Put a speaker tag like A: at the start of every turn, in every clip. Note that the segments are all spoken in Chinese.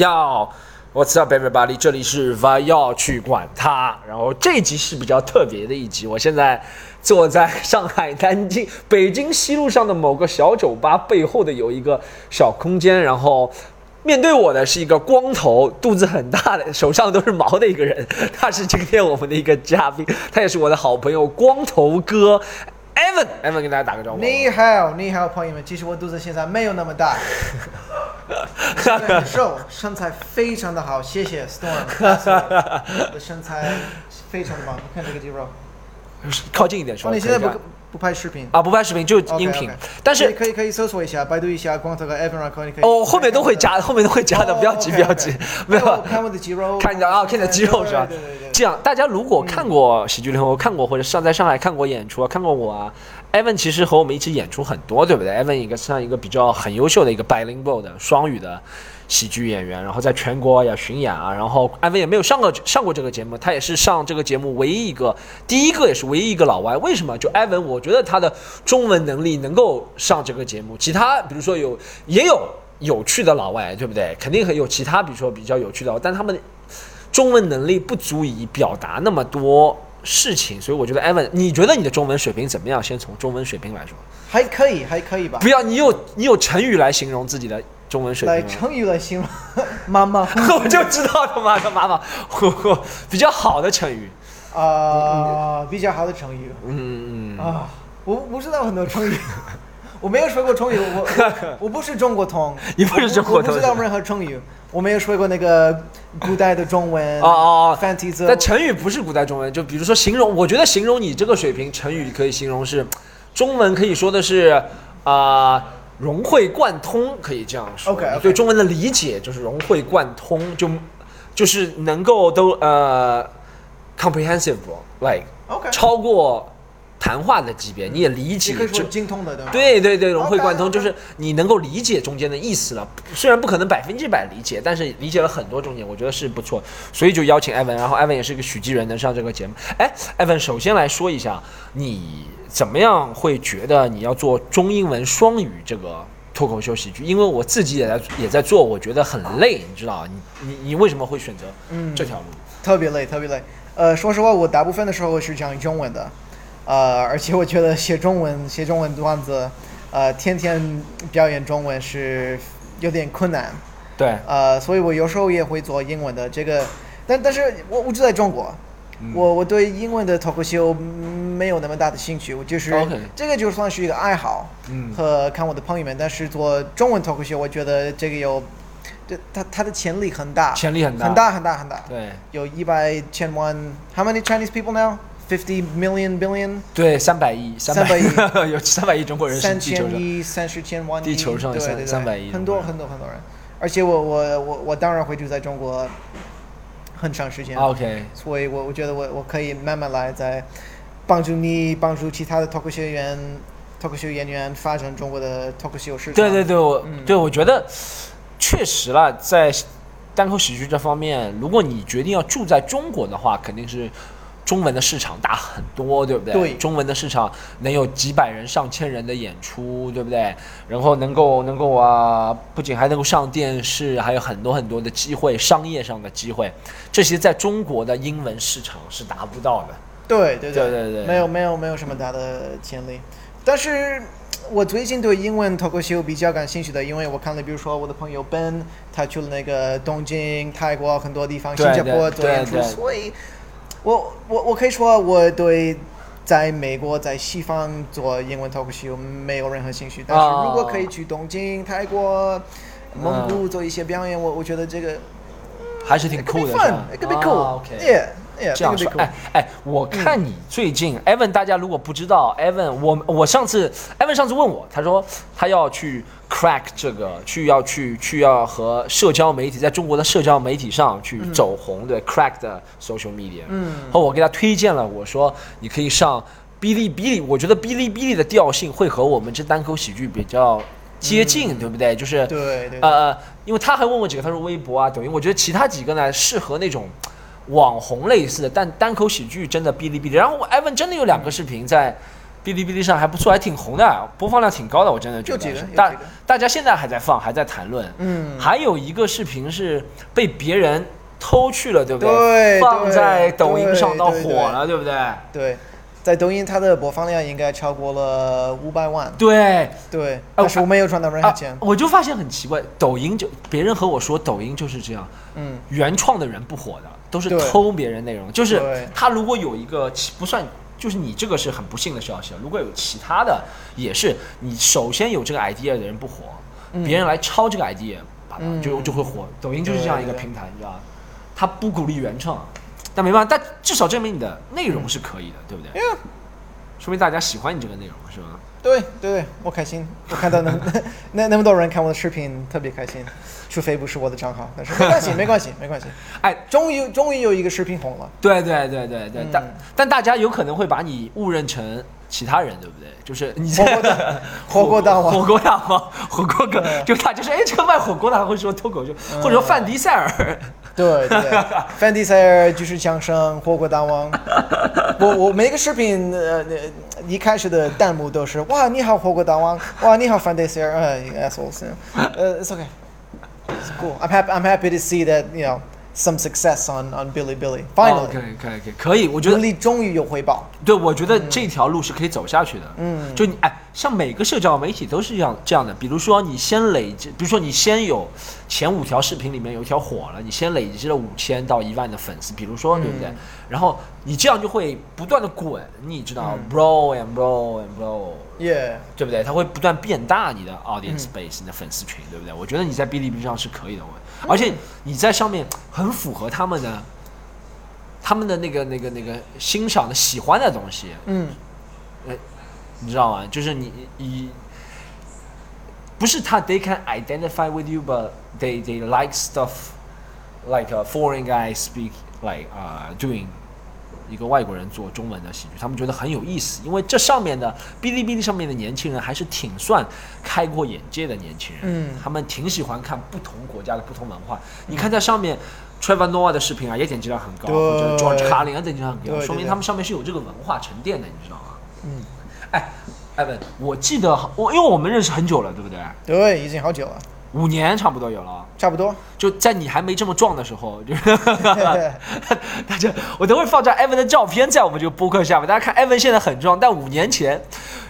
A: 要，What's up everybody？这里是 v 要去管他。然后这一集是比较特别的一集，我现在坐在上海南京北京西路上的某个小酒吧背后的有一个小空间，然后。面对我的是一个光头、肚子很大的、手上都是毛的一个人，他是今天我们的一个嘉宾，他也是我的好朋友光头哥 Evan。Evan 跟大家打个招呼。
B: 你好，你好，朋友们。其实我肚子现在没有那么大， 现在很瘦，身材非常的好。谢谢 Storm，我的身材非常棒。你看这个肌肉。
A: 靠近一点说。
B: 哦，你现在
A: 可以
B: 不不拍视频
A: 啊？不拍视频就音
B: OK，OK
A: 频，但是
B: 可以可以可以搜索一下，百度一下光头和 Evan r a c o n 可以。
A: 哦，后面都会加，后面都会加的，不要急，不要急，没有啊
B: 看我看我的肌肉，
A: 看你的啊，看你的肌肉是吧
B: 对对嗯对？对。
A: 这样，大家如果看过喜剧联合，看过或者上在上海看过演出啊，看过我啊，Evan 其实和我们一起演出很多，对不对？Evan 一个像一个比较很优秀的一个 bilingual 的双语的喜剧演员，然后在全国也巡演啊，然后 Evan 也没有上过上过这个节目，他也是上这个节目唯一一个第一个也是唯一一个老外。为什么？就 Evan，我觉得他的中文能力能够上这个节目，其他比如说有也有。有趣的老外，对不对？肯定很有其他，比如说比较有趣的，但他们中文能力不足以表达那么多事情，所以我觉得 Evan，你觉得你的中文水平怎么样？先从中文水平来说，
B: 还可以，还可以吧
A: 不。要你有你有成语来形容自己的中文水
B: 来
A: 平吗？
B: 成语来形容，马马 虎
A: 我就知道他妈的马马虎虎，比较好的成语，
B: 啊，比较好的成语
A: 嗯，
B: 啊，我不知道很多成语。 我没有说过成语，我我我不是中国通，
A: 你不是中国通
B: 我不我不知道任何成语，我没有说过那个古代的中文
A: 哦哦哦
B: 繁体字，
A: 但成语不是古代中文，就比如说形容，我觉得形容你这个水平，成语可以形容是，中文可以说的是啊、融会贯通，可以这样说。
B: OK，OK
A: 你对中文的理解就是融会贯通，就就是能够都呃 comprehensible，like
B: OK，
A: 超过谈话的级别，你也理解
B: 也可以
A: 就
B: 说精通的，对吧？
A: 对对对，融会贯通
B: OK，OK
A: 就是你能够理解中间的意思了，虽然不可能百分之百理解，但是理解了很多中间，我觉得是不错，所以就邀请艾文，然后艾文也是一个许继人，能上这个节目。哎，艾文，首先来说一下，你怎么样会觉得你要做中英文双语这个脱口秀喜剧？因为我自己也在也在做，我觉得很累，你知道，你你你为什么会选择这条路？
B: 特别累，特别累。呃，说实话，我大部分的时候是讲中文的，呃，而且我觉得写中文、写中文段子，呃，天天表演中文是有点困难，
A: 对，
B: 呃，所以我有时候也会做英文的这个，但但是我我住在中国，
A: 嗯
B: 我我对英文的脱口秀没有那么大的兴趣，我就是
A: 哦 OK
B: 这个就算是一个爱好，
A: 嗯
B: 和看我的朋友们，但是做中文脱口秀，我觉得这个有，这它它的潜力很大，
A: 潜力很大
B: 很大很大很大，
A: 对
B: 有一百千万，How many Chinese people now? Fifty million billion，
A: 对，三百亿，三
B: 300
A: 亿， 有三百亿中国人是
B: 三
A: 地球
B: 千
A: 上。
B: 亿、三十千万亿，
A: 地球上
B: 对
A: 三
B: 对对
A: 300亿
B: 很
A: 中
B: 多
A: 国人
B: 很多很多人。而且我我我我当然会住在中国很长时间，
A: OK，
B: 所以我我觉得我我可以慢慢来，再帮助你，帮助其他的脱口秀演员、脱口秀演员发展中国的脱口秀市场。
A: 对对对，我、
B: 嗯
A: 对我觉得确实啦，在单口喜剧这方面，如果你决定要住在中国的话，肯定是中文的市场大很多，对不对？
B: 对
A: 中文的市场能有几百人、上千人的演出，对不对？然后能够能够啊，不仅还能够上电视，还有很多很多的机会，商业上的机会，这些在中国的英文市场是达不到的。
B: 对对
A: 对对对
B: 没有没有没有什么大的潜力。但是我最近对英文脱口秀比较感兴趣的，因为我看了，比如说我的朋友 Ben，他去了那个东京、泰国很多地方，新
A: 对
B: 加坡
A: 对
B: 做演
A: 对
B: 出，
A: 对
B: 所以我我我可以说我对。在美国，在西方做英文脱口秀没有任何兴趣，但
A: 哦嗯
B: 是如果可以去东京、泰国、蒙古做一些表演，我我觉得这个
A: 还是挺
B: it could
A: 酷
B: be
A: 的，
B: fun,
A: 是
B: it
A: 吧
B: could
A: 啊
B: be cool,
A: OK
B: yeah, yeah,
A: 这样
B: it could
A: 说
B: be，cool.
A: 哎哎，我
B: 嗯
A: 看你最近 Evan，大家如果不知道 Evan，我我上次 Evan 上次问我，他说他要去 crack 这个，去要去去要和社交媒体，在中国的社交媒体上去
B: 嗯
A: 走红，对 crack 的 social media。嗯，然后我给他推荐了，我说你可以上哔哩哔哩，我觉得哔哩哔哩的调性会和我们这单口喜剧比较接近，对不对？就是
B: 嗯对对对
A: 呃，因为他还问我几个，他说微博啊、抖音，我觉得其他几个呢适合那种哎网红类似的，但单口喜剧真的哔哩哔哩。然后我 Evan 真的有两个视频在哔哩哔哩上还不错，还挺红的，啊播放量挺高的，我真的觉
B: 有几个
A: 得
B: 有几。个
A: 大大家现在还在放，还在谈论。
B: 嗯，
A: 还有一个视频是被别人偷去了，对不
B: 对
A: 放
B: 对
A: 在抖音
B: 对
A: 上到
B: 对
A: 火
B: 对
A: 了，对不对？
B: 对，在抖音它的播放量应该超过了五百万，
A: 对
B: 对，
A: 我
B: 但是我没有赚到任何
A: 啊
B: 钱，，
A: 我就发现很奇怪，抖音就别人和我说抖音就是这样，
B: 嗯，
A: 原创的人不火的，都是
B: 对
A: 偷别人内容。就是
B: 对
A: 他如果有一个其不算，就是你这个是很不幸的消息。如果有其他的，也是你首先有这个 idea 的人不火，
B: 嗯
A: 别人来抄这个 idea，把它
B: 嗯
A: 就就会火。抖音就是这样一个
B: 对对
A: 平台，你知道吧？他不鼓励原创，但没办法，但至少证明你的内容是可以的，对不对？
B: Yeah
A: 说明大家喜欢你这个内容，是吧？
B: 对对对，我开心，我看到那那那么多人看我的视频，特别开心，除非不是我的账号，但是没关系，没关系，没关系，
A: 哎，
B: 终于终于有一个视频红了，
A: 对对对对对，
B: 嗯
A: 但但大家有可能会把你误认成其他人，对不对？就是你
B: 火锅大火锅大王
A: 火锅大 王，火锅哥，
B: 对嗯
A: 就大家说，哎，这个卖火锅的还会说脱口秀，或者说范迪塞 尔，
B: 对对对，范迪塞尔就是枪声，火锅大王。我我每个视频呃呃一开始的弹幕都是哇你好火锅大王，哇你好范迪塞尔，呃 you assholes，呃、it's okay, it's cool. I'm happy I'm happy to see that you know some success on on Billy Billy.
A: 哦
B: Finally，、
A: 可以可以可以，可以，我觉
B: 努
A: 得，
B: 力终于有回报。
A: 对，我觉得这条路是可以走下去的。
B: 嗯
A: 就你哎，像每个社交媒体都是这样这样的，比如说你先累积，比如说你先有前五条视频里面有一条火了，你先累积了五千到一万的粉丝，比如说对不
B: 嗯
A: 对？然后你这样就会不断的滚，你知道、b
B: 嗯
A: r o w and grow and grow，
B: Yeah，
A: 对不对？它会不断变大你的 audience base，、你的粉丝群，对不对？我觉得你在哔哩哔哩上是可以的，我，而且你在上面很符合他们的。他们的那个、那个、那个欣赏的、喜欢的东西，
B: 嗯，
A: 你知道吗？就是你你不是他，they can identify with you, but they they like stuff like a foreign guy speak like 啊、doing 一个外国人做中文的喜剧，他们觉得很有意思，因为这上面的哔哩哔哩上面的年轻人还是挺算开阔眼界的年轻人，
B: 嗯
A: 他们挺喜欢看不同国家的不同文化。你看在上面 Trevor Noah 的视频啊，也点击量很高，
B: 对
A: 或者 George Carlin 也点击量很
B: 对
A: 高，
B: 对
A: 说明
B: 对
A: 他啊们上面是有这个文化沉淀的，你知道吗？
B: 嗯，
A: 哎，艾文，我记得我因为我们认识很久了，对不对？
B: 对，已经好久了，
A: 五年差不多有了，
B: 差不多。
A: 就在你还没这么壮的时候，就是 大家，我等会儿放张艾文的照片在我们这个播客下面，大家看艾文现在很壮，但五年前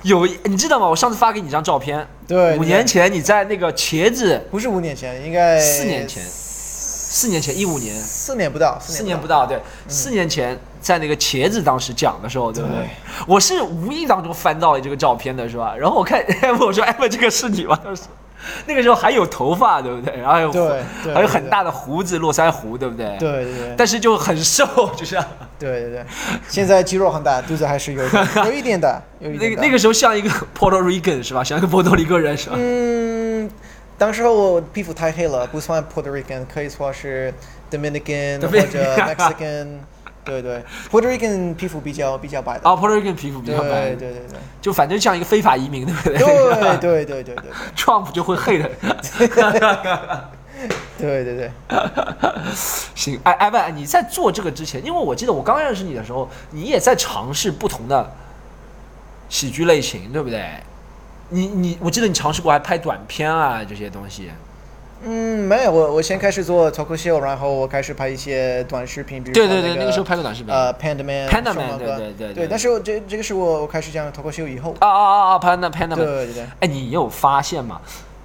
A: 有一你记得吗？我上次发给你一张照片，
B: 对
A: 五
B: 对
A: 年前你在那个茄子，
B: 不是五年前，应该
A: 四年
B: 哎
A: 前四年前一五年，
B: 四年不到，
A: 四
B: 年
A: 年不到，对，四年前在那个茄子当时讲的时候，对不对？
B: 嗯对
A: 我是无意当中翻到了这个照片的，是吧？然后我看， 我说：“哎，这个是你吗？”他说：“那个时候还有头发，对不对？然后还有胡
B: 对对
A: 还有很大的胡子，络腮胡，对不对？
B: 对对对。
A: 但是就很瘦，就像
B: 对对对，现在肌肉很大，肚子还是有一 点有一点大，有一
A: 那
B: 点
A: 个
B: 大。
A: 那个时候像一个 Puerto Rican 是吧？像一个波多黎各人是吧？
B: 嗯，当时候我皮肤太黑了，不算 Puerto Rican，可以说是 Dominican 或
A: Dominican
B: 者 Mexican。对对，Puerto Rican 皮肤比较比较白的。
A: 啊，Puerto Rican 皮肤比
B: 对
A: 较白，
B: 对对对
A: 就反正像一个非法移民，对不对？
B: 对对对对对对
A: Trump 就会 hate
B: 对 对对，
A: 行，哎哎，不，你在做这个之前，因为我记得我刚认识你的时候，你也在尝试不同的喜剧类型，对不对？你你，我记得你尝试过还拍短片啊这些东西。
B: 嗯，没有，我我先开始做脱口秀，然后我开始拍一些短视频，比如
A: 对
B: 说
A: 对对，
B: 那
A: 那个时候拍过短视频。
B: 呃 Panda Man
A: Panda
B: 双
A: Man，
B: 盲
A: 对
B: 哥
A: 对对对
B: 对，但是我这这个是我我开始讲脱口秀以后，
A: 啊啊啊啊！拍那拍那
B: 对
A: 么，
B: 对对，
A: 哎，你有发现吗？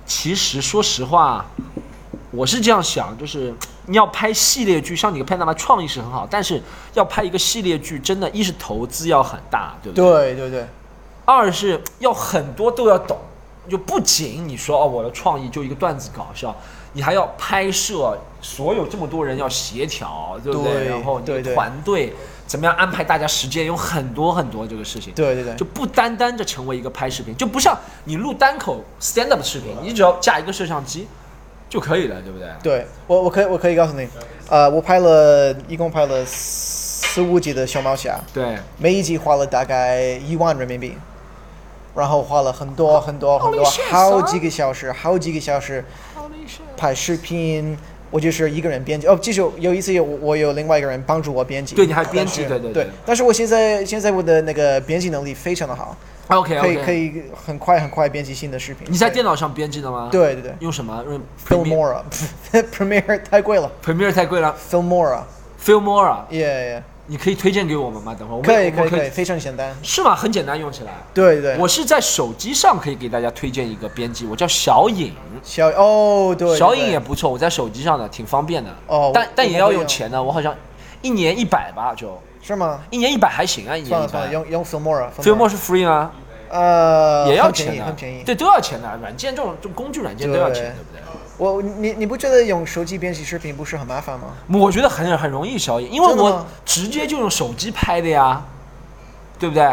A: 其实说实话，我是这样想，就是你要拍系列剧，像你个拍那么创意是很好，但是要拍一个系列剧，真的，一是投资要很大，对不对？
B: 对对对。
A: 二是要很多都要懂，就不仅你说哦我的创意就一个段子搞笑，你还要拍摄，所有这么多人要协调，对不
B: 对
A: 然后你
B: 对
A: 的
B: 对
A: 团队怎么样安排大家时间，有很多很多这个事情。
B: 对对对
A: 就不单单的成为一个拍视频，就不像你录单口 stand up 视频，你只要架一个摄像机就可以了，对不对？
B: 对我，我可以，我可以告诉你，呃，我拍了一共拍了四五集的小猫侠，
A: 对，
B: 每一集花了大概一万人民币，然后花了很多很多很多
C: Holy shit,
B: 好几个小时，好几个小时
C: Holy shit.
B: 拍视频。我就是一个人编辑哦，其实有一次有我我有另外一个人帮助我编辑，
A: 对你还编辑
B: 但是
A: 对对
B: 对
A: 对
B: 但是我现在现在我的那个编辑能力非常的好，
A: OK
B: 可以可
A: OK，
B: 以很快很快编辑新的视频。
A: 你在
B: 对
A: 电脑上编辑的吗？，
B: 对对对
A: 用什么？用 Premiere
B: ，Filmora Premiere 太贵了
A: Premiere 太贵了啊
B: ，Filmora，yeah
A: ，Filmora，
B: yeah，
A: 你可以推荐给我们吗？等会儿我们
B: 可以
A: 我
B: 可
A: 们
B: 以
A: 可
B: 可以，，非常简单。
A: 是吗？很简单用起来。
B: 对对，
A: 我是在手机上可以给大家推荐一个编辑，我叫小影，
B: 小哦对，对
A: 小影
B: 对
A: 也不错，我在手机上的挺方便的。
B: 哦
A: 但
B: 我
A: 但
B: 我
A: 也要
B: 会
A: 用
B: 用
A: 钱的，我好像一年一百吧，就是
B: 吗？
A: 一年一百还行啊，一年
B: 算
A: 一
B: 了算了，
A: 百。
B: 用用 Filmora，
A: 飞墨是 free 吗？
B: 呃
A: 啊也要
B: 很便
A: 钱
B: 宜
A: 的，
B: 很便宜。
A: 对，都要钱的。软件这种这种工具软件都要钱，对
B: 对
A: 不对？
B: 我你你不觉得用手机编辑视频不是很麻烦吗？
A: 我觉得很很容易消音，因为
B: 真的
A: 我
B: 吗
A: 直接就用手机拍的呀，对不对？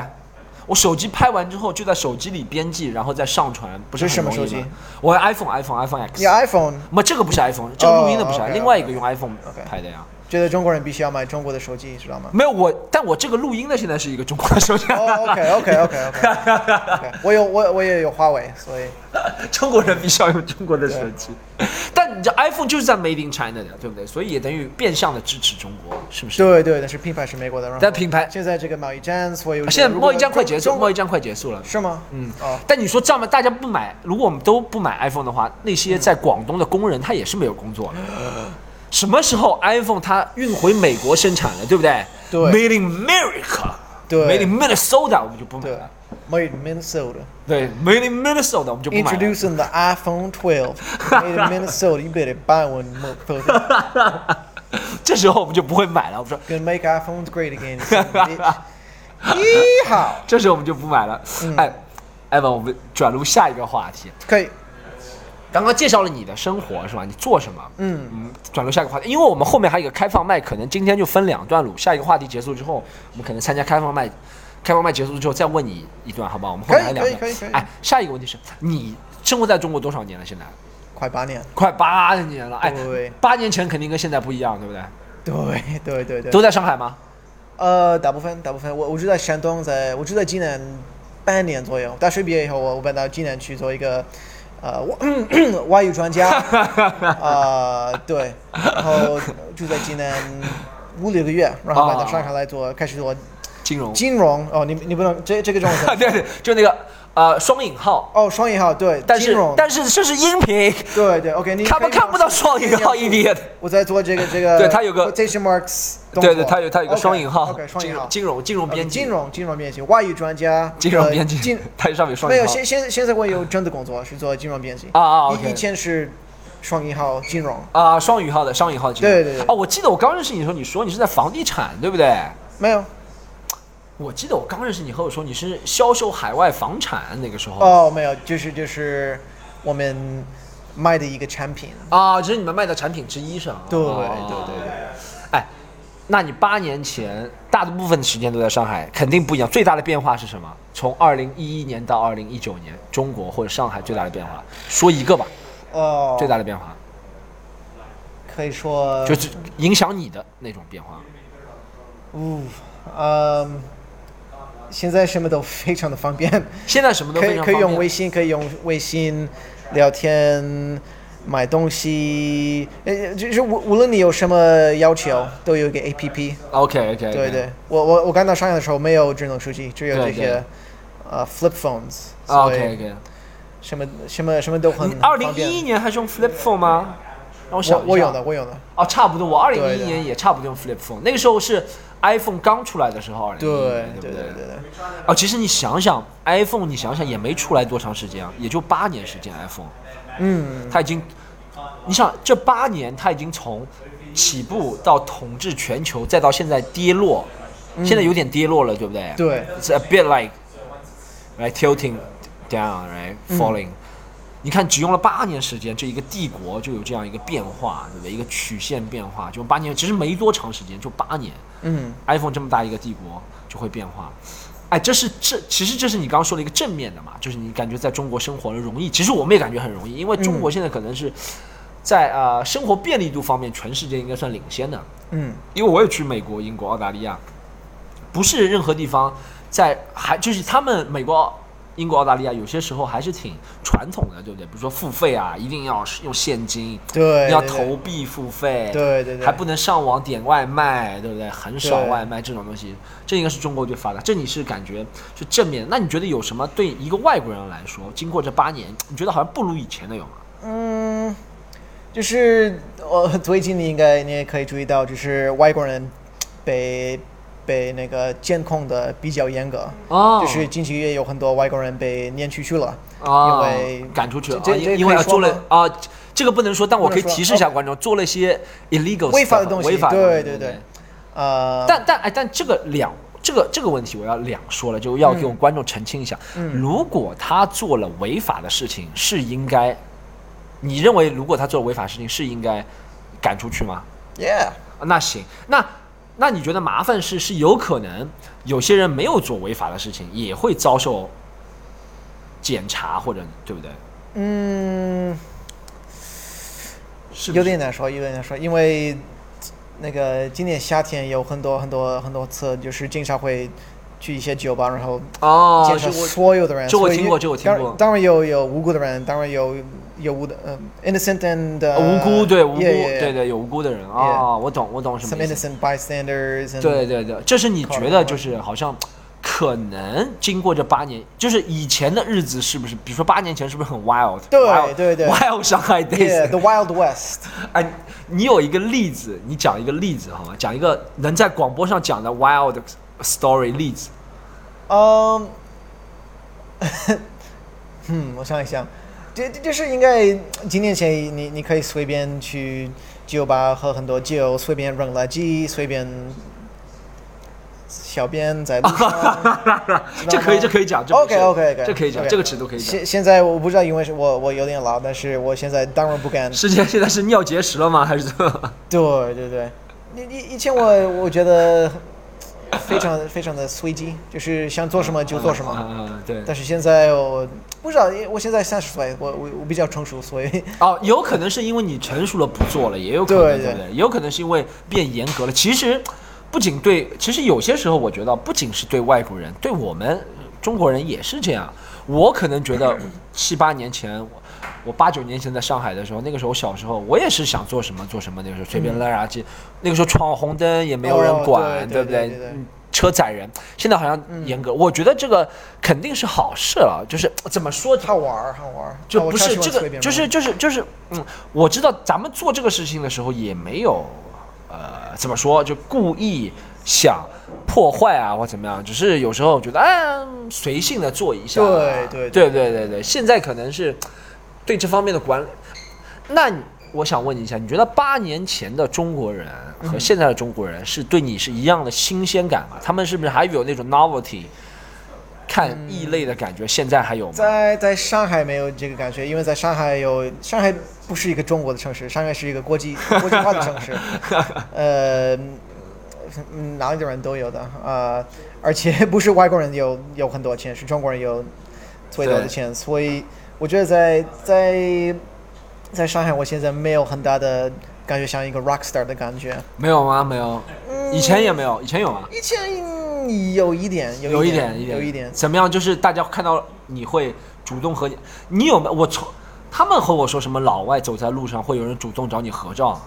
A: 我手机拍完之后就在手机里编辑，然后再上传，不是
B: 是什么
A: 很容易
B: 手
A: 吗
B: 机？
A: 我 iPhone iPhone iPhone
B: 你
A: X。
B: iPhone
A: 不，这个不是 iPhone，这个录音的不是，
B: 哦，OK，
A: 另外一个用 iPhone
B: OK
A: 拍的呀。
B: 觉得中国人必须要买中国的手机，知道吗？
A: 没有我，但我这个录音的现在是一个中国手机，
B: 哦，OK OK OK OK，我有我我也有华为，所以
A: 中国人必须要用中国的手机。但你这 iPhone 就是在 Made in China 的，对不对？所以也等于变相的支持中国，是不是？
B: 对对，但是品牌是美国的，然后
A: 但品牌
B: 现在这个贸易战，所以我觉得
A: 现在
B: 如果
A: 贸易战快结束，
B: 中
A: 贸易战快结束了。
B: 是吗？
A: 嗯
B: 哦，
A: 但你说这样吧，大家不买，如果我们都不买 iPhone 的话，那
B: 嗯
A: 些在广东的工人他也是没有工作的。什么时候 iPhone 它运回美国生产了，对不对？
B: 对
A: ，Made in America，
B: 对
A: ，Made in Minnesota 我们就不买
B: 对
A: 了。
B: ，Made in Minnesota。
A: 对，Made in Minnesota 我们就不买了。
B: Introducing the iPhone 12 made in Minnesota. You better buy one, motherfucker.
A: 这时候我们就不会买了。我们说，
B: Gonna make iPhones great again, son of a bitch. Yeehaw!
A: 这时候我们就不买了。
B: 嗯
A: 哎，艾文，我们转入下一个话题。
B: 可以，
A: 刚刚介绍了你的生活是吧？你做什么？
B: 嗯，
A: 嗯，转入下一个话题，因为我们后面还有一个开放麦，可能今天就分两段录。下一个话题结束之后，我们可能参加开放麦，开放麦结束之后再问你一段，好不好？我们后面还有两
B: 可以
A: 段。
B: 可以可以可以
A: 哎，下一个问题是你生活在中国多少年了？现在
B: 快八年。
A: 快八年了。哎
B: 对，
A: 八年前肯定跟现在不一样，对不对？
B: 对 对对对。
A: 都在上海吗？
B: 呃，大部分大部分，我我住在山东，在我住在济南半年左右。大学毕业以后，我我搬到济南去做一个呃外 外语专家。啊、对，然后住在济南五六个月，然后搬到上海来做，开始做
A: 金融。
B: 金融。哦，你你不能这这个中文怎么
A: 对对，就那个呃双引号，
B: 哦，双引号对，
A: 但
B: 金
A: 是
B: 融
A: 但是这是音频，
B: 对对，OK，你
A: 他们
B: 可以
A: 看不到双引号
B: 可以描述
A: idiot。
B: 我在做这个这个，
A: 对它有个
B: quotation marks，动
A: 对对，
B: 作
A: 他有他有个
B: OK，
A: 双引号
B: ，OK，双
A: 金
B: 引
A: 融
B: 号，
A: 金融金融
B: 呃
A: 编辑，
B: 金融金融编辑，外语专家，
A: 金融
B: 呃
A: 编辑
B: 金，
A: 它上面有双
B: 没
A: 引
B: 有，
A: 号
B: 现现现在我有真的工作是做金融编辑
A: 啊啊，OK
B: 以以前是双引号金融，
A: 啊、双引号的双引号金融。
B: 对对对
A: 啊，我记得我刚认识你的时候，你说你是在房地产，对不对？
B: 没有
A: 我记得我刚认识你和我说你是销售海外房产那个时候。
B: 哦，没有，就是就是我们卖的一个产品，
A: 啊，这是你们卖的产品之一是吧？
B: 对对
A: 啊
B: 对对对，
A: 哎，那你八年前大部分的时间都在上海，肯定不一样。最大的变化是什么？从二零一一年到二零一九年，中国或者上海最大的变化，说一个吧，
B: 哦，
A: 最大的变化
B: 可以说
A: 就是影响你的那种变化。
B: 呜，嗯，现在什么都非常的方便。
A: 现在什么都
B: 可
A: 非
B: 以
A: 常
B: 可以
A: 方
B: 用
A: 便。
B: 微信，可以用微信聊天、买东西，呃，就是无无论你有什么要求，都有一个 A P P。
A: OK OK, o
B: 对对，我我我刚到上海的时候没有智能手机，只有
A: 对
B: 这些
A: 对
B: 呃 flip phones，所
A: OK
B: 以
A: OK。
B: 什么什么什么都很
A: 你嗯二零
B: 嗯方便
A: 一一。年还是用 Flip Phone 吗？让我想
B: 我
A: 一下
B: 我有的，我有的，
A: 哦，差不多，我二零一一
B: 对的
A: 年也差不多用 Flip Phone，那个时候是 iPhone 刚出来的时候，2011
B: 对
A: 年嗯对
B: 对对
A: 不
B: 对对。
A: 哦，其实你想想，iPhone 你想想也没出来多长时间啊，也就八年时间，iPhone
B: 嗯，
A: 它已经，你想这八年它已经从起步到统治全球，再到现在跌落，现在有点跌落了，对不对？
B: 嗯对
A: ，It's a bit like right tilting down, right
B: 嗯
A: falling、你看，只用了八年时间，这一个帝国就有这样一个变化，对不对？一个曲线变化，就八年，其实没多长时间，就八年。
B: 嗯
A: iPhone 这么大一个帝国就会变化。哎，这是这其实这是你刚刚说的一个正面的嘛，就是你感觉在中国生活的容易，其实我们也感觉很容易，因为中国现在可能是在呃生活便利度方面，全世界应该算领先的。
B: 嗯，
A: 因为我也去美国、英国、澳大利亚，不是任何地方在还就是他们美国、英国、澳大利亚有些时候还是挺传统的，对不对？比如说付费啊，一定要是用现金，
B: 对，
A: 你要
B: 对
A: 投币付费，
B: 对对对，
A: 还不能上网点外卖，对不对？很少外卖这种东西，这应该是中国最发达。这你是感觉是正面？那你觉得有什么对一个外国人来说，经过这八年，你觉得好像不如以前的有吗？
B: 嗯，就是呃，最近你应该你也可以注意到，就是外国人被被那个监控的比较严格，
A: 哦，
B: 就是近几个月有很多外国人被撵出去了。
A: 啊，
B: 哦因为
A: 赶出去了，
B: 这
A: 啊
B: 这
A: 因因为
B: 可
A: 啊
B: 以说
A: 做了
B: 吗
A: 啊，这个不能说，但我
B: 不
A: 可以
B: 能说哦
A: 提示一下观众，做了一些 illegal
B: 违法的
A: stuff，
B: 东西
A: 违法的
B: 对
A: 东西对
B: 对对呃，
A: 但但哎，但这个两这个这个问题我要两说了，就要给我观众澄清一下。
B: 嗯
A: 如果他做了违法的事情，是应该，你认为如果他做了违法事情是应该赶出去吗？
B: ，yeah，
A: 啊那行，那那你觉得麻烦是是有可能有些人没有做违法的事情，也会遭受检查或者对不对？
B: 嗯，
A: 是不是
B: 有点难说，有点难说，因为那个今年夏天有很多很多很多次，就是经常会去一些酒吧，然后
A: 哦，
B: 检查
A: 就我
B: 所有的人，
A: 这我
B: 所以
A: 听过这我听过
B: 当当然有有无辜的人，当然有有无的，嗯、i n n o c e n t and、
A: 呃无辜对无辜
B: yeah, yeah, yeah,
A: 对对有无辜的人啊、我懂我懂什
B: ，some
A: 么意思。
B: innocent bystanders and
A: 对对对，这是你觉得
B: Correct
A: 就是好像可能经过这八年，就是以前的日子是不是？比如说八年前是不是很 wild？
B: 对
A: wild-
B: 对对
A: wild 上 海 days。
B: yeah，the wild west，
A: 哎，你有一个例子，你讲一个例子好吗？讲一个能在广播上讲的 wild story 例子。，
B: 嗯、 嗯，我想一想，这这就是应该几年前你你可以随便去酒吧喝很多酒，随便扔垃圾，随便小便在路上
A: 这可以，这可
B: 以。
A: 以讲。这没事
B: OK OK OK，
A: 这可以讲
B: OK
A: 这个尺度可以讲。
B: 现现在我不知道，因为是我我有点老，但是我现在当然不敢。
A: 世界现在是尿结石了吗？还是怎么？
B: 对对对，以以以前我我觉得非常非常的随机，就是想做什么就做什么。
A: 嗯嗯，对。
B: 但是现在我不知道，因为我现在三十岁，我我我比较成熟，所以
A: 哦，有可能是因为你成熟了不做了，也有可能
B: 对
A: 对不对？有可能是因为变严格了。其实不仅对，其实有些时候我觉得不仅是对外国人，对我们呃中国人也是这样。我可能觉 得七八年前，我我八九年前在上海的时候，那个时候小时候我也是想做什么做什么，那个时候随便扔垃圾，那个时候闯红灯也没有人
B: 嗯哦
A: 管，
B: 对对
A: 不
B: 对对嗯对
A: 嗯车载人，现在好像严格，我觉得这个肯定是好事了。就是怎么说，
B: 好玩儿，好玩儿。啊
A: 就
B: 我
A: 不
B: 超
A: 是
B: 喜欢
A: 这
B: 随
A: 个，
B: 便
A: 就是
B: 玩
A: 就是就是，嗯，我知道咱们做这个事情的时候也没有，呃，怎么说，就故意想破坏啊或怎么样，只是有时候觉得，哎，随性的做一下啊、
B: 对对
A: 对对对对，现在可能是对这方面的管理。那你我想问一下，你觉得八年前的中国人
B: 嗯
A: 和现在的中国人是对你是一样的新鲜感吗？他们是不是还有那种 novelty 看
B: 嗯
A: 异类的感觉？现在还有吗？
B: 在在上海没有这个感觉，因为在上海有上海不是一个中国的城市，上海是一个国际国际化 的城市，呃，嗯哪里的人都有的，呃，而且不是外国人有有很多钱，是中国人有最多的
A: 对
B: 钱，所以我觉得在在在上海，我现在没有很大的感觉像一个 rock star 的感觉，
A: 没有吗？没有，以前也没有，以前有吗？
B: 以前有一点，
A: 有
B: 一
A: 点，
B: 点，有一点，
A: 怎么样？就是大家看到你会主动和你，你有没有？我从他们和我说什么老外走在路上会有人主动找你合照，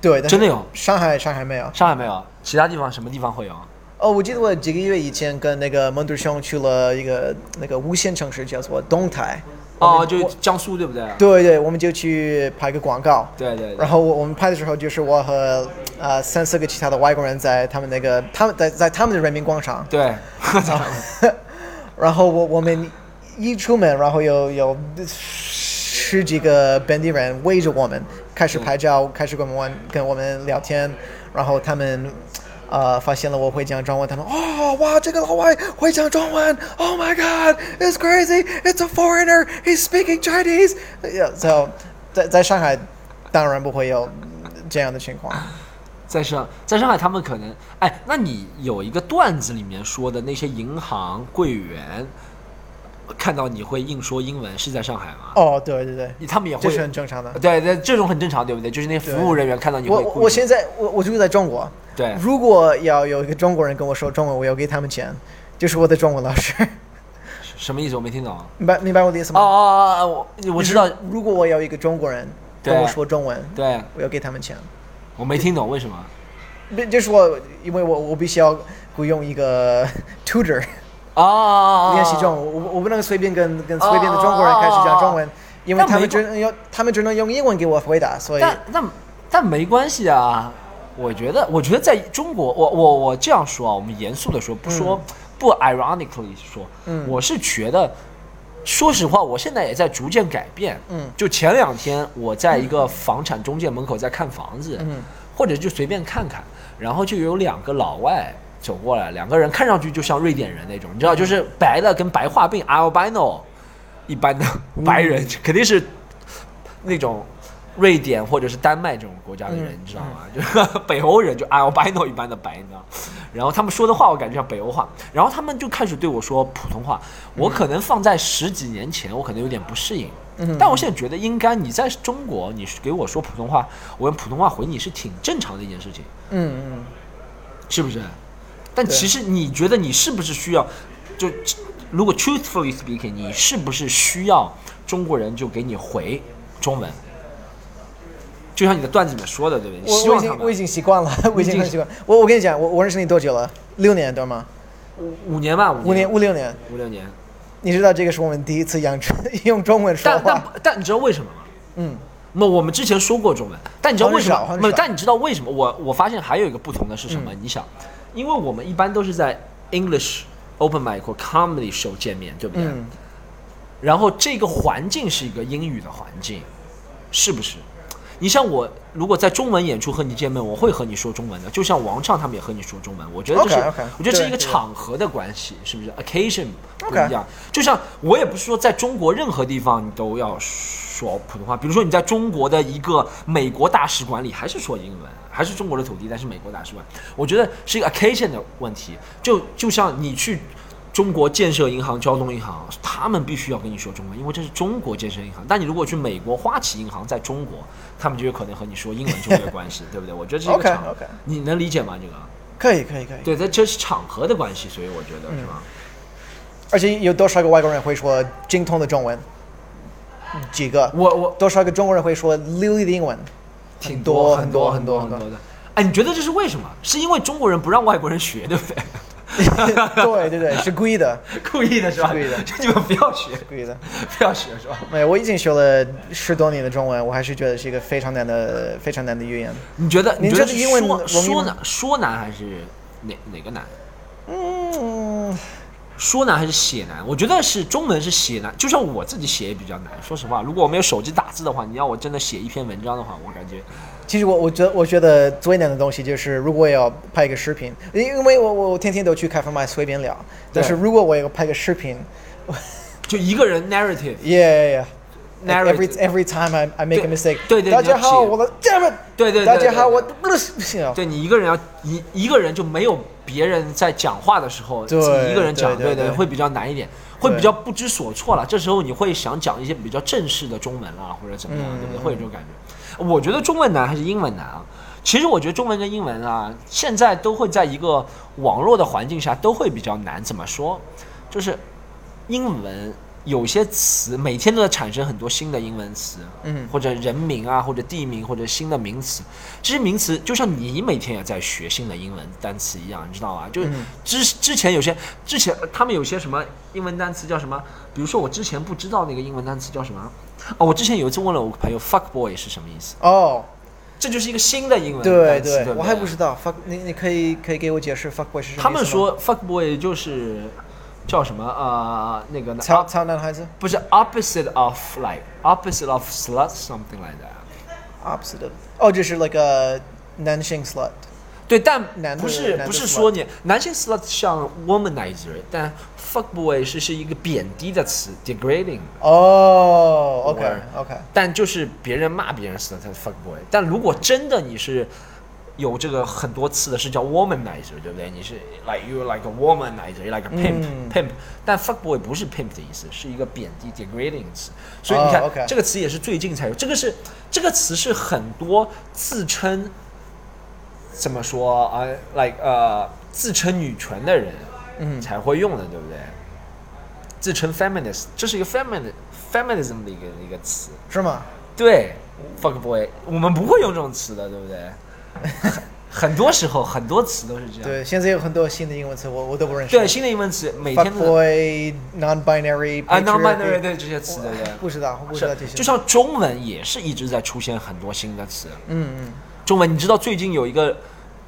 B: 对，但是
A: 真的有
B: 上海上海没有。
A: 上海没有，其他地方什么地方会有？
B: 哦，我记得我几个月以前跟那个蒙德兄去了一个那个无线城市，叫做东台。我
A: 哦，
B: 们
A: 就
B: 我
A: 江苏对不对？
B: 对对，我们就去拍个广告。
A: 对对对
B: 然，后我我们拍的时候，就是我和呃三四个其他的外国人在他们那个他们在在他们的人民广场，
A: 对，
B: 然后我我们一出门，然后有有十几个本地人围着我们，开始拍照，开始跟我们跟我们聊天，然后他们。呃，发现了我会讲中文，他们哦，哇，这个老外会讲中文，Oh my God，it's crazy，it's a foreigner，he's speaking Chinese。Yeah, so 在在上海，当然不会有这样的情况。
A: 在上在上海他们可能，哎，那你有一个段子里面说的那些银行柜员看到你会硬说英文是在上海吗？
B: 哦，对对对，
A: 他们也
B: 这
A: 会
B: 是很正常的。
A: 对对，这种很正常，对不对？就是那服务人员看到你会
B: 我
A: 故意
B: 我现在我我住在中国，
A: 对
B: 如果要有一个中国人跟我说中文，我要给他们钱，就是我的中文老师。
A: 什么意思？我没听懂。
B: 明白明白我的意思
A: 哦哦
B: 吗？
A: 哦哦，我我知道
B: 如，如果我有一个中国人
A: 对
B: 跟我说中文，
A: 对
B: 我要给他们钱。
A: 我没听懂为什么。
B: 不就是我，因为我我必须要雇佣一个 tutor
A: 哦哦哦，
B: 练习中文，我我不能随便跟跟随便的中国人开始讲中
A: 哦
B: 文，因为
A: 但
B: 他
A: 美
B: 们
A: 国
B: 只能用他们只能用英文给我回答，所以
A: 但但但没关系啊，我觉得，我觉得在中国，我我我这样说啊，我们严肃的说，不说、不 ironically 说，
B: 嗯
A: 我是觉得，说实话，我现在也在逐渐改变。
B: 嗯
A: 就前两天我在一个房产中介门口在看房子，
B: 嗯
A: 或者就随便看看，然后就有两个老外。走过来，两个人看上去就像瑞典人那种，你知道，就是白的跟白化病 albino 一般的
B: 嗯
A: 白人，肯定是那种瑞典或者是丹麦这种国家的人，
B: 嗯
A: 你知道吗？就北欧人就 albino 一般的白，你知道。然后他们说的话，我感觉像北欧话。然后他们就开始对我说普通话，我可能放在十几年前，我可能有点不适应。
B: 嗯
A: 但我现在觉得，应该你在中国，你是给我说普通话，我用普通话回你是挺正常的一件事情，
B: 嗯
A: 是不是？但
B: 对啊
A: 其实你觉得你是不是需要，就如果 truthfully speaking，你是不是需要中国人就给你回中文？就像你的段子里面说的，对不对？
B: 嗯，
A: 你
B: 我
A: 希
B: 我已
A: 望他
B: 经我已
A: 们
B: 经习惯了，我
A: 已
B: 已经
A: 经
B: 很习惯。我我跟你讲，我我认识你多久了？六年对吗？
A: 五五年吧，
B: 五
A: 五
B: 年五六年。
A: 五六年。
B: 你知道这个是我们第一次用中 用中文说
A: 但但
B: 话，
A: 但你知道为什么吗？
B: 嗯
A: 那我们之前说过中文，但你知道为什
B: 很少
A: 么？
B: 很
A: 没有，
B: 少嗯
A: 但你知道为什么？我我发现还有一个不同的是什么？你想，因为我们一般都是在 English open mic 或 comedy show 见面，对不对？
B: 嗯，
A: 然后这个环境是一个英语的环境，是不是？你像我，如果在中文演出和你见面，我会和你说中文的，就像王畅他们也和你说中文。我觉得这是
B: OK，OK，
A: 我觉得这是一个
B: 对对
A: 场合的关系，是不是？occasion 不
B: OK
A: 一样。就像我也不是说在中国任何地方你都要说普通话，比如说你在中国的一个美国大使馆里还是说英文，还是中国的土地，但是美国大使馆，我觉得是一个 occasion 的问题。就就像你去。中国建设银行、交通银行，他们必须要跟你说中文，因为这是中国建设银行。但你如果去美国花旗银行，在中国，他们就有可能和你说英文就没有关系，对不对？我觉得这是一个
B: OK，
A: 场
B: OK
A: 你能理解吗？这个？
B: 可以可以可以。
A: 对，这这是场合的关系，所以我觉得
B: 嗯
A: 是吧？
B: 而且有多少个外国人会说精通的中文？几个？
A: 我我
B: 多少个中国人会说流利的英文？
A: 挺
B: 多
A: 很
B: 多
A: 很
B: 多
A: 很
B: 多
A: 多。的。哎，你觉得这是为什么？是因为中国人不让外国人学，对不对？
B: 对对对，是故意的，
A: 故意的是吧？
B: 故意的
A: 就 你们不要学，
B: 故意的。
A: 不要学是吧？
B: 哎，我已经学了十多年的中文，我还是觉得是一个非常难的、非常难的语言。
A: 你觉得
B: 您
A: 你
B: 觉
A: 觉
B: 得
A: 得
B: 英文
A: 说
B: 文
A: 说
B: 明
A: 难说难还是哪哪个难？
B: 嗯，
A: 说难还是写难？我觉得是中文是写难，就像我自己写也比较难。说实话，如果我没有手机打字的话，你让我真的写一篇文章的话，我感觉
B: 其实我我觉得我觉得最难的东西就是，如果要拍一个视频，因因为我我我天天都去开放麦随便聊，但是
A: 对
B: 如果我要拍个视频
A: 就一个人 narrative
B: ，yeah yeah yeah。Like
A: narrative，
B: every every time I I make a
A: 对
B: mistake，
A: 对对
B: 大家
A: 你要
B: 好，
A: 记
B: 我的 damn it，
A: 对对对
B: 大家好，
A: 对对
B: 我的不是不行啊，
A: 对你一个人要一一个人就没有别人在讲话的时候，
B: 对
A: 自己一个人讲，
B: 对对对
A: 对，会比较难一点，会比较不知所措了。这时候你会想讲一些比较正式的中文啦，或者怎么样，
B: 嗯
A: 对不对？会有这种感觉。我觉得中文难还是英文难啊？其实我觉得中文跟英文啊，现在都会在一个网络的环境下都会比较难。怎么说？就是英文有些词每天都在产生很多新的英文词，
B: 嗯
A: 或者人名啊，或者地名，或者新的名词。这些名词就像你每天也在学新的英文单词一样，你知道吧？就
B: 嗯
A: 之之前有些之前呃他们有些什么英文单词叫什么？比如说我之前不知道那个英文单词叫什么。哦，我之前有一次问了我朋友 “fuck boy” 是什么意思，
B: 哦，
A: 这就是一个新的英文
B: 对
A: 单词，对
B: 对，
A: 不
B: 我还
A: 对
B: 不知道，fuck，你你可以可以给我解释 fuck boy 是什么意思吗？
A: 他们说 “fuck boy” 就是叫什么啊、呃那个
B: 操操男孩子
A: 不是 opposite of like opposite of slut something like that。
B: ，opposite，of- 哦，这是 like a 男性 slut，
A: 对，但
B: 男的
A: 不是
B: 男的
A: 不是
B: slut
A: 说你男性 slut 像 womanizer，但 fuck boy 是是一个贬低的词，degrading。
B: 哦，OK
A: 玩
B: OK，
A: 但就是别人骂别人 slut 才是 fuck boy。但如果真的你是有这个很多次的，是叫 womanizer，对不对？你是 like you like a womanizer，you like a pimp、
B: 嗯
A: pimp。但 fuck boy 不是 pimp 的意思，是一个贬低 degrading 的词。所以你看
B: 哦，OK
A: 这个词也是最近才有。这个是这个词是很多自称怎么说呃啊、l i k e 呃，自称女权的人，
B: 嗯
A: 才会用的，对不对？自称 feminist，这是一个 feminist feminism 的一个一个词。
B: 是吗？
A: 对，fuck boy，我们不会用这种词的，对不对？ 很多时候，很多词都是这样。
B: 对，现在有很多新的英文词，我我都不认识。
A: 对，新的英文词每天都
B: fuckboy、non-binary、
A: 啊，non-binary
B: patriarchy
A: 对这些词，对不对？
B: 不知道，我不知道这
A: 是，
B: 些。
A: 就像中文也是一直在出现很多新的词。
B: 嗯嗯。
A: 中文，你知道最近有一个